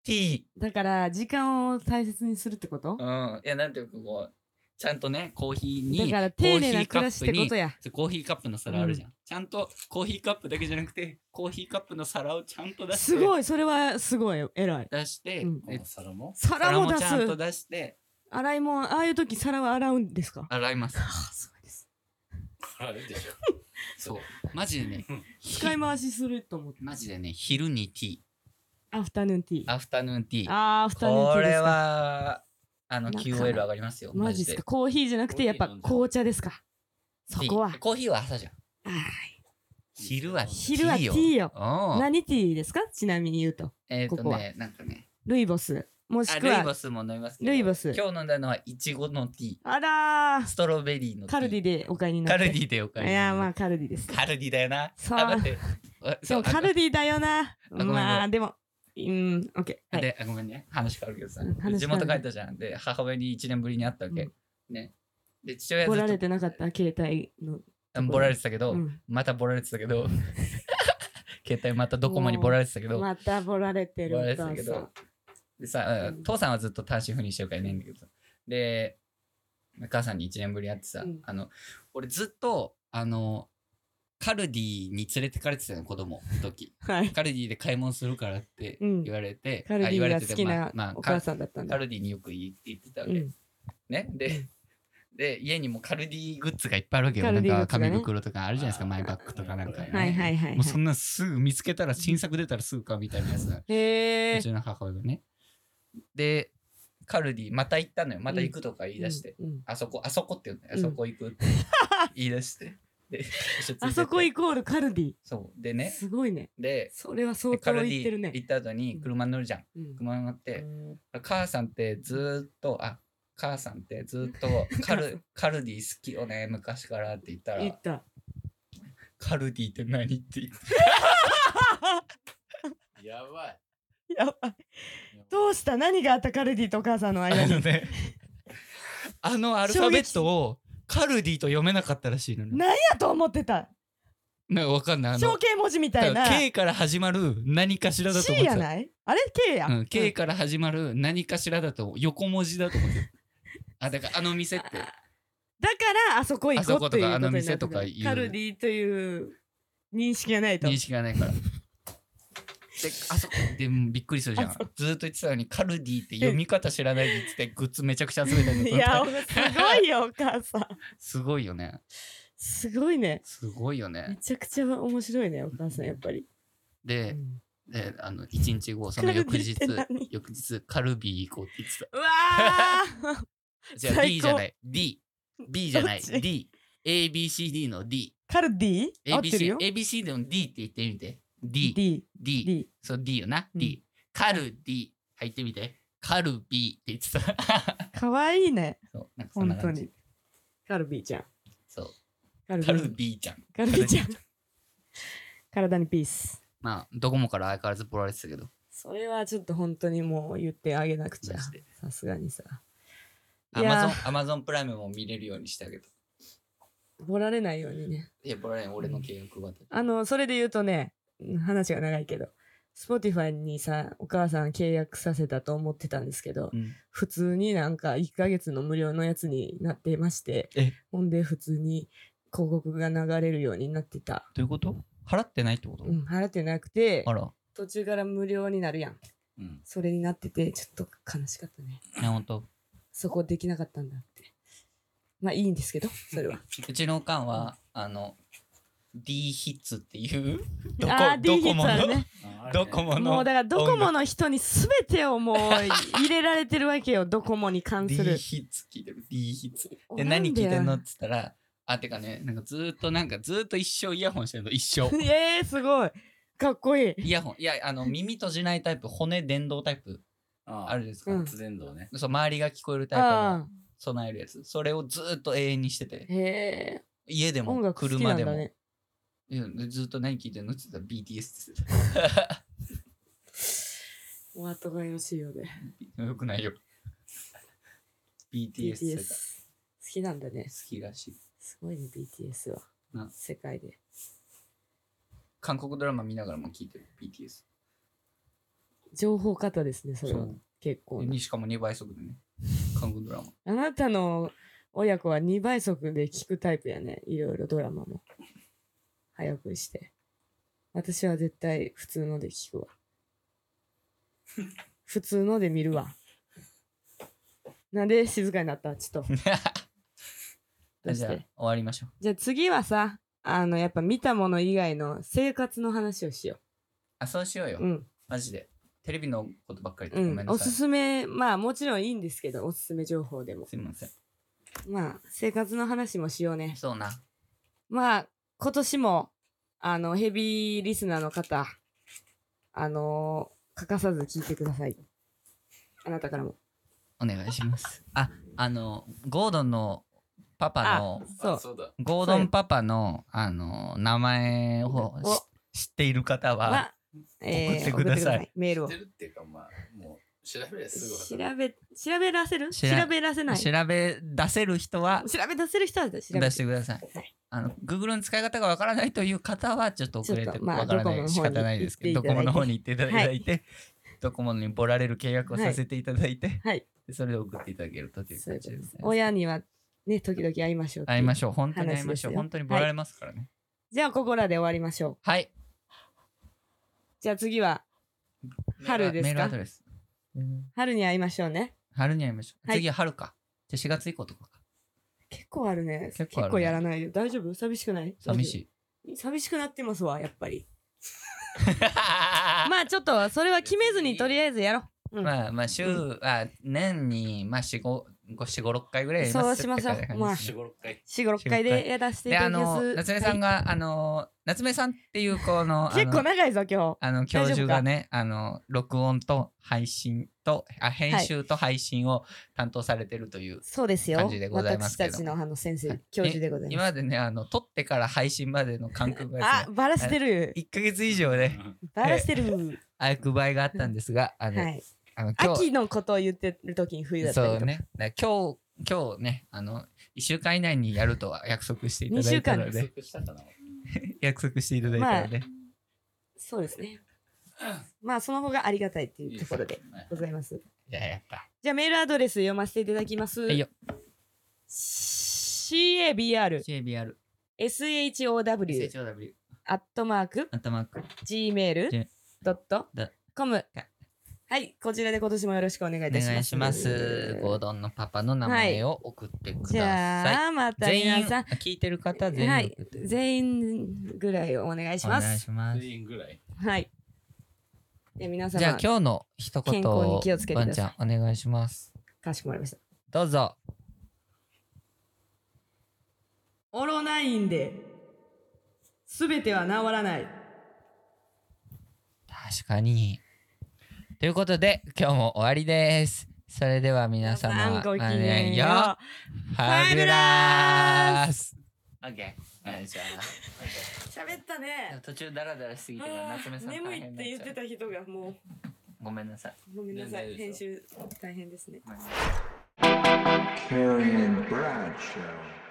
Speaker 3: ティー。
Speaker 1: だから、時間を大切にするってこと
Speaker 3: うん。いや、なんていうかこう、ちゃんとね、コーヒーに。
Speaker 1: だから、
Speaker 3: コ
Speaker 1: 丁
Speaker 3: ーヒ
Speaker 1: 寧
Speaker 3: ー
Speaker 1: な暮
Speaker 3: カップ
Speaker 1: らしって
Speaker 3: に
Speaker 1: ことや。
Speaker 3: そうコーヒーカップの皿あるじゃん、ちゃんとコーヒーカップだけじゃなくてコーヒーカップの皿をちゃんと出して
Speaker 1: すごい、それはすごい、偉い。
Speaker 3: 出して、
Speaker 1: うん
Speaker 3: え
Speaker 4: お皿 も
Speaker 1: 皿
Speaker 3: 皿
Speaker 1: も
Speaker 3: も
Speaker 1: 出
Speaker 3: ちゃんと
Speaker 1: す。
Speaker 3: 出して
Speaker 1: 洗い物、ああいう時皿は洗うんですか
Speaker 3: 洗います
Speaker 1: あすごいです。
Speaker 4: あるでしょ
Speaker 3: そうマジでね
Speaker 1: 使い回しすると思って。
Speaker 3: マジでね昼にティー
Speaker 1: アフタヌーンティー。
Speaker 3: アフタヌーンティー
Speaker 1: ああ、二人
Speaker 3: こ
Speaker 1: きりで
Speaker 3: れ
Speaker 1: すか。
Speaker 3: はあの
Speaker 1: なかな
Speaker 3: QOL 上がりますよ
Speaker 1: マジっすか。コーヒーじゃなくて、やっぱ紅茶ですか。そ
Speaker 3: ティー
Speaker 1: こは。
Speaker 3: コーヒーは朝じゃん
Speaker 1: はい
Speaker 3: 昼はティー
Speaker 1: 昼はティーよ
Speaker 3: うん
Speaker 1: 何ティーですかちなみに言うと。
Speaker 3: えっ、と
Speaker 1: ここ
Speaker 3: ねなんかね
Speaker 1: ルイボス。も
Speaker 3: あ
Speaker 1: しく
Speaker 3: ルイボ
Speaker 1: は、
Speaker 3: スも飲みますけど
Speaker 1: ルイボス
Speaker 3: 今日飲んだのはイチゴのティー
Speaker 1: あらー
Speaker 3: ストロベリーのティ
Speaker 1: カ
Speaker 3: ー
Speaker 1: ルディでお買いにな
Speaker 3: カ
Speaker 1: って
Speaker 3: ルディでお買い
Speaker 1: い
Speaker 3: に
Speaker 1: やーま
Speaker 3: な
Speaker 1: あ
Speaker 3: って
Speaker 1: カルディです。
Speaker 3: カルディだよな
Speaker 1: そう
Speaker 3: あ待ってあ
Speaker 1: そう、カルディだよな。
Speaker 3: ごめん
Speaker 1: ま
Speaker 3: ごめ
Speaker 1: あ、でも、うん、オッケー。
Speaker 3: あ
Speaker 1: はい、
Speaker 3: であごめんね話変わるけどさ
Speaker 1: うん話
Speaker 3: 地
Speaker 1: 変わ
Speaker 3: 元
Speaker 1: る
Speaker 3: 帰ったじゃんで母親に1年ぶりに会ったわけ、
Speaker 1: う
Speaker 3: ねで父親ず
Speaker 1: 来
Speaker 3: っ
Speaker 1: られ
Speaker 3: と
Speaker 1: てなかった、携帯の。
Speaker 3: うんボラれてたけど、
Speaker 1: うん
Speaker 3: またボラれてたけ ど携帯またドコモにボラれてたけど、
Speaker 1: またボラれてる
Speaker 3: ボラれ
Speaker 1: お
Speaker 3: てた
Speaker 1: 父
Speaker 3: け
Speaker 1: さん
Speaker 3: ど。でさ、
Speaker 1: うん
Speaker 3: 父さんはずっと単身赴任してるからいないんだけどさで母さんに1年ぶりに会ってさ、
Speaker 1: うん
Speaker 3: あの俺ずっとあのカルディに連れてかれてたの子供の時
Speaker 1: はい。
Speaker 3: カルディで買い物するからって
Speaker 1: うん
Speaker 3: 言われて、
Speaker 1: カルデ
Speaker 3: あ
Speaker 1: ィ
Speaker 3: 言われ
Speaker 1: が
Speaker 3: て
Speaker 1: 好
Speaker 3: て
Speaker 1: き
Speaker 3: まあ
Speaker 1: な
Speaker 3: まあ
Speaker 1: お
Speaker 3: カ
Speaker 1: 母さんだったんだ
Speaker 3: カ。ルディによく行って言ってたわ
Speaker 1: う
Speaker 3: け、
Speaker 1: ん、
Speaker 3: ねでで家にもカルディグッズがいっぱいあるわけよ、
Speaker 1: カ
Speaker 3: な
Speaker 1: ル
Speaker 3: ん
Speaker 1: ディ
Speaker 3: か
Speaker 1: グッズがね
Speaker 3: 紙袋とかあるじゃないですかマイバッグとかなんか、ね
Speaker 1: はいはいはい、
Speaker 3: もう
Speaker 1: は
Speaker 3: そんなすぐ見つけたら新作出たらすぐ買うみたいなやつだ
Speaker 1: い。へ
Speaker 3: う
Speaker 1: え
Speaker 3: ち。の母親がねでカルディまた行ったのよまた行くとか言い出して、
Speaker 1: うん。うん
Speaker 3: あそこあそこって言うんだよ、
Speaker 1: うん
Speaker 3: あそこ行くって言い出してで
Speaker 1: あそこイ
Speaker 3: く
Speaker 1: コールカルディ。
Speaker 3: そうでね
Speaker 1: すごいね。
Speaker 3: で
Speaker 1: それは相
Speaker 3: でカ
Speaker 1: 当
Speaker 3: ルデ
Speaker 1: 言ってる
Speaker 3: ィ
Speaker 1: ね。
Speaker 3: 行った後に車に乗るじゃん
Speaker 1: うん
Speaker 3: 車に乗って母さんってずーっとあ母さんってず ーっとカルカルディ好きよね昔からって言った
Speaker 1: 言
Speaker 3: ら
Speaker 1: った。
Speaker 3: カルディって何って言って
Speaker 4: やばい。
Speaker 1: やばい。どうした何があったカルディとお母さんの間
Speaker 3: あの
Speaker 1: に。
Speaker 3: ね あのアルファベットをカルディと読めなかったらしいのね
Speaker 1: 何やと思ってた
Speaker 3: なんかわかんないあ
Speaker 1: 象
Speaker 3: の
Speaker 1: 形文字みたい
Speaker 3: だ
Speaker 1: な
Speaker 3: から。K から始まる何かしらだと思
Speaker 1: C
Speaker 3: って
Speaker 1: や
Speaker 3: た
Speaker 1: ないあれ ?K や。
Speaker 3: うん、K から始まる何かしらだと横文字だと思ってたあだからあの店って
Speaker 1: だからあそこ行
Speaker 3: あそ
Speaker 1: こ
Speaker 3: こ
Speaker 1: うと
Speaker 3: と
Speaker 1: いう
Speaker 3: か
Speaker 1: こと
Speaker 3: あ
Speaker 1: にな
Speaker 3: の
Speaker 1: って
Speaker 3: 店
Speaker 1: た
Speaker 3: とかいう
Speaker 1: カルディという認識がないと
Speaker 3: 認識がな いから。で、あそこでもうびっくりするじゃん。ずーっと言ってたのに、カルディって読み方知らないって 言ってて、グッズめちゃくちゃ集めたんだ
Speaker 1: いやおすごいよお母さん
Speaker 3: すごいよね。
Speaker 1: すごいね
Speaker 3: すごいよ
Speaker 1: め
Speaker 3: ね。
Speaker 1: ちゃくちゃ面白いねお母さんやっぱり、
Speaker 3: で
Speaker 1: う、ん
Speaker 3: であの、1日後、その翌
Speaker 1: カルデ
Speaker 3: 日
Speaker 1: ィって 何、
Speaker 3: 翌日、カルビー行こうって言って
Speaker 1: うわー
Speaker 3: た。じゃあ
Speaker 1: 最
Speaker 3: D じゃない。D。B じゃない。
Speaker 1: どっち
Speaker 3: D。ABCD の D。
Speaker 1: カルディ合ってる
Speaker 3: ABC、
Speaker 1: よ
Speaker 3: ABC の D って言ってみて。D。
Speaker 1: D
Speaker 3: D。
Speaker 1: D
Speaker 3: そう D よな。
Speaker 1: うん
Speaker 3: D。カルディ。入ってみて。カルビーって言ってた。
Speaker 1: かわいいね
Speaker 3: そう、なんかそんな
Speaker 1: 本当
Speaker 3: 感じ
Speaker 1: に。カルビーちゃん
Speaker 3: そう。
Speaker 1: カ
Speaker 3: カルビーちゃん。
Speaker 1: カルビーちゃん体にピース
Speaker 3: まあ、ドコモから相変わらずボラれてたけど。
Speaker 1: それはちょっと本当にもう言ってあげなくちゃ
Speaker 3: マジで
Speaker 1: さすがにさ
Speaker 3: ア
Speaker 1: いや
Speaker 3: マ
Speaker 1: ー
Speaker 3: ゾン、アマゾンプライムも見れるようにしてあげた。
Speaker 1: ボラれないようにね
Speaker 3: いや、ボラれん、俺の契約は。
Speaker 1: あの、それで言うとね、うん話が長いけど、Spotify にさ、お母さん契約させたと思ってたんですけど、
Speaker 3: うん。
Speaker 1: 普通になんか1ヶ月の無料のやつになってまして
Speaker 3: え、
Speaker 1: ほんで普通に広告が流れるようになってた。
Speaker 3: どういうこと払ってないってこと
Speaker 1: うん、払ってなくて
Speaker 3: あ、ら、
Speaker 1: 途中から無料になるやん。
Speaker 4: うん。
Speaker 1: それになってて、ちょっと悲しかったね。
Speaker 3: ね、ほんと。
Speaker 1: そこできなかったんだって。まあいいんですけど、それは。
Speaker 3: うちのおかんは、あの、D ヒッツっていう、どこ
Speaker 1: あー、
Speaker 3: ド
Speaker 1: D ヒ
Speaker 3: コ
Speaker 1: ッ
Speaker 3: モ
Speaker 1: ツある
Speaker 3: の、
Speaker 1: ね。
Speaker 4: あ
Speaker 3: ドコ モ
Speaker 1: もう
Speaker 3: の
Speaker 1: だからドコモの人に全てをもう入れられてるわけよドコモに関す
Speaker 3: D
Speaker 1: る。
Speaker 3: ヒッツ聞いてる、D ヒッツ。で、
Speaker 1: なん
Speaker 3: 何
Speaker 1: で
Speaker 3: 聞い
Speaker 1: よ
Speaker 3: てんのって言ったら、あ、てかね、なんかずーっとなんかずーっと一生イヤホンしてるの、一 生。
Speaker 1: えー、すごいかっこいい。
Speaker 3: イヤホン。いや、あの、耳閉じないタイプ、骨伝導タイプ、あ
Speaker 4: ある。
Speaker 3: るじゃないですか。
Speaker 1: うん
Speaker 4: 発電道ね。
Speaker 3: そう、周りが聞こえるタイプの
Speaker 1: ああ
Speaker 3: 備えるやつ。それをずーっと永遠にしてて、
Speaker 1: へえ
Speaker 3: 家で
Speaker 1: 音
Speaker 3: も、
Speaker 1: 楽好きな
Speaker 3: 車
Speaker 1: ん
Speaker 3: で
Speaker 1: だ
Speaker 3: も。
Speaker 1: ね。
Speaker 3: うんずーっと何聞いてんのって言ったら BTS って
Speaker 1: お後がよろしいようで。
Speaker 3: 言ってた。よくないよ。BTS って言
Speaker 1: BTS 好
Speaker 3: ってた
Speaker 1: きなんだね。
Speaker 3: 好きらしい。
Speaker 1: すごいね BTS は
Speaker 3: な
Speaker 1: 世界で。
Speaker 3: 韓国ドラマ見ながらも聞いてる、BTS。
Speaker 1: 情報型ですねそれは
Speaker 3: そう
Speaker 1: 結構な。
Speaker 3: にしかも2倍速でね。韓 国ドラマ。
Speaker 1: あなたの親子は2倍速で聞くタイプやね。いろいろドラマも。早くして。私は絶対普通ので聞くわ。普通ので見るわ。なんで静かになったちょっと。どう
Speaker 3: じ
Speaker 1: し
Speaker 3: ゃあ、
Speaker 1: て
Speaker 3: 終わりましょう。
Speaker 1: じゃあ次はさ、あの、やっぱ見たもの以外の生活の話をしよ
Speaker 3: あ、そうしようよ。
Speaker 1: う。うん。
Speaker 3: マジで。テレビのことばっかりで
Speaker 1: う
Speaker 3: ごめん
Speaker 1: ん。
Speaker 3: な
Speaker 1: お
Speaker 3: さい。
Speaker 1: すすめ、まあもちろんいいんですけど、おすすめ情報でも。
Speaker 3: すいません。
Speaker 1: まあ、生活の話もしようね。
Speaker 3: そうな。
Speaker 1: まあ、今年も、あの、ヘビーリスナーの方、あのー欠かさず聞いてください。
Speaker 8: あなたからも。
Speaker 3: お願いします。あ、あの、ゴードンのパパの、
Speaker 1: そう
Speaker 4: あそうだ。
Speaker 3: ゴードンパパの、あの、名前を
Speaker 1: お
Speaker 3: し知っている方は、
Speaker 1: は、えー
Speaker 3: 送ってください
Speaker 1: 送ってメー
Speaker 4: 知
Speaker 1: ル
Speaker 4: っ
Speaker 1: を
Speaker 4: てるっていうか、まあ、もう、調べりゃすぐわか
Speaker 1: 調
Speaker 4: る。
Speaker 1: べ調べらせる
Speaker 3: 調
Speaker 1: 調
Speaker 3: べ
Speaker 1: べらせない
Speaker 3: 調
Speaker 1: 調
Speaker 3: べ出せる人は
Speaker 1: べ出せる人は調べて
Speaker 3: 出してください。あの、Google の使い方がわからないという方は、ちょっと遅れ
Speaker 1: ちょってとまあ
Speaker 3: わからな
Speaker 1: ドコモの
Speaker 3: い
Speaker 1: 方
Speaker 3: 仕方ないですけど、ド
Speaker 1: に
Speaker 3: コ
Speaker 1: 行っていただ
Speaker 3: モ
Speaker 1: いて
Speaker 3: の方に行っていただいて、ドコモにボラれる契約をさせていただいて、
Speaker 1: はい
Speaker 3: でそれで送っていただけるとという
Speaker 1: そういう
Speaker 3: 感
Speaker 1: こ
Speaker 3: じ
Speaker 1: と
Speaker 3: で
Speaker 1: ですす
Speaker 3: ね。
Speaker 1: 親にはね時々会いましょう
Speaker 3: 会いま
Speaker 1: ょ
Speaker 3: しょう。本当に会いましょう。
Speaker 1: 話ですよ
Speaker 3: 本当にボラれますからね。
Speaker 1: うじゃあここらで終わりましょう
Speaker 3: はい。
Speaker 1: じゃあ次は春ですか
Speaker 3: メールアドレス。
Speaker 1: 春に会いましょうね
Speaker 3: 春に会いましょう。
Speaker 1: はい
Speaker 3: 次は春か。じゃあ4月以降とかか。
Speaker 1: 結構あるね
Speaker 3: 結構あるね
Speaker 1: やらないよ大丈夫寂しくない
Speaker 3: 寂しい。
Speaker 1: い寂しくなってますわやっぱり
Speaker 3: ま
Speaker 1: まあちょっとそれは決めずにとりあえずやろう
Speaker 3: あ、まあ、まあ、週、あ、年に、まあ、4、5、5、4、5、6回ぐらいやります
Speaker 1: そうしましょう
Speaker 3: って感じ
Speaker 1: まあ
Speaker 3: です
Speaker 4: 4、
Speaker 3: ね
Speaker 4: 5、6回。
Speaker 1: 四五
Speaker 3: 四
Speaker 1: 回
Speaker 3: 五回
Speaker 1: でやらせてい
Speaker 3: で、
Speaker 1: た
Speaker 3: あ
Speaker 1: だきます
Speaker 3: の、夏目さんが、あの、夏目さんっていう子の、
Speaker 1: はい結構
Speaker 3: ね、
Speaker 1: 長いぞ今
Speaker 3: あの、教授がね、あの、録音と配信と、あ、編集と配信を担当されてるという
Speaker 1: 日そうですよ
Speaker 3: 感じでございます
Speaker 1: 私
Speaker 3: けど
Speaker 1: たちのあの先生
Speaker 3: はい
Speaker 1: 教授でござい
Speaker 3: 今
Speaker 1: ます
Speaker 3: までね、あの、撮ってから配信までの間隔が で
Speaker 1: あ
Speaker 3: すね、
Speaker 1: バラしてる
Speaker 3: 1ヶ月以上ね、
Speaker 1: バラしてる
Speaker 3: あくばいがあったんですが、あの、
Speaker 1: はい
Speaker 3: あの今日
Speaker 1: 秋のことを言ってる時に冬だったり
Speaker 3: そ
Speaker 1: と
Speaker 3: う
Speaker 1: か、
Speaker 3: ね。だから今日、今日ね、あの、1週間以内にやるとは約束していただいたの
Speaker 1: 二週間
Speaker 3: で、
Speaker 4: 約束したかな
Speaker 3: 約束していただいたので、
Speaker 1: そうですねまあその方がありがたいっていうところでございます
Speaker 3: いや、やっぱ。
Speaker 1: じゃあメールアドレス読ませていただきます、
Speaker 3: はいよ、
Speaker 1: CABR
Speaker 3: JBR、
Speaker 1: SHOW
Speaker 3: SHOW、
Speaker 1: アットマーク
Speaker 3: アットマーク、
Speaker 1: gmail.com
Speaker 3: だ
Speaker 1: はいこちらで今年もよろしくお願いい
Speaker 3: お
Speaker 1: たします
Speaker 3: 願いします。ゴードンのパパの名前を送ってく
Speaker 1: じ
Speaker 3: ださ
Speaker 1: ゃあま
Speaker 3: い。
Speaker 1: た
Speaker 3: 全員、
Speaker 1: 皆さん
Speaker 3: 聞いてる方全
Speaker 1: は
Speaker 3: 員
Speaker 1: い
Speaker 3: 送って、
Speaker 1: 全員ぐらいをお願いし
Speaker 3: お
Speaker 1: ま
Speaker 3: 願い
Speaker 1: す
Speaker 3: します。
Speaker 4: 全員ぐらい。
Speaker 1: はいで皆様
Speaker 3: じゃあ今日の一
Speaker 1: 健
Speaker 3: 言
Speaker 1: 康
Speaker 3: を
Speaker 1: に気をつけてください
Speaker 3: ワンちゃんお願いします。
Speaker 1: かしこまりました
Speaker 3: どうぞ。
Speaker 1: オロナインですべては治らない
Speaker 3: 確かに。ということで、今日も終わりです。それでは皆様、
Speaker 1: ごきげんよ
Speaker 3: よう
Speaker 1: う
Speaker 3: ファビュラースオッケー。じゃ
Speaker 1: 喋った
Speaker 3: あ、
Speaker 1: ね
Speaker 3: 途中ダラダラしすぎてから
Speaker 1: あ
Speaker 3: 夏目
Speaker 1: ー
Speaker 3: さん
Speaker 1: 眠
Speaker 3: 大
Speaker 1: いっ
Speaker 3: 変
Speaker 1: て言って
Speaker 3: になっちゃ
Speaker 1: た人がも
Speaker 3: う。ごめんなさい。
Speaker 1: うごめんなさ
Speaker 4: い
Speaker 1: い
Speaker 4: や大丈夫
Speaker 1: 編
Speaker 4: です
Speaker 1: 集大変ですね
Speaker 5: Carrie and Bradshaw.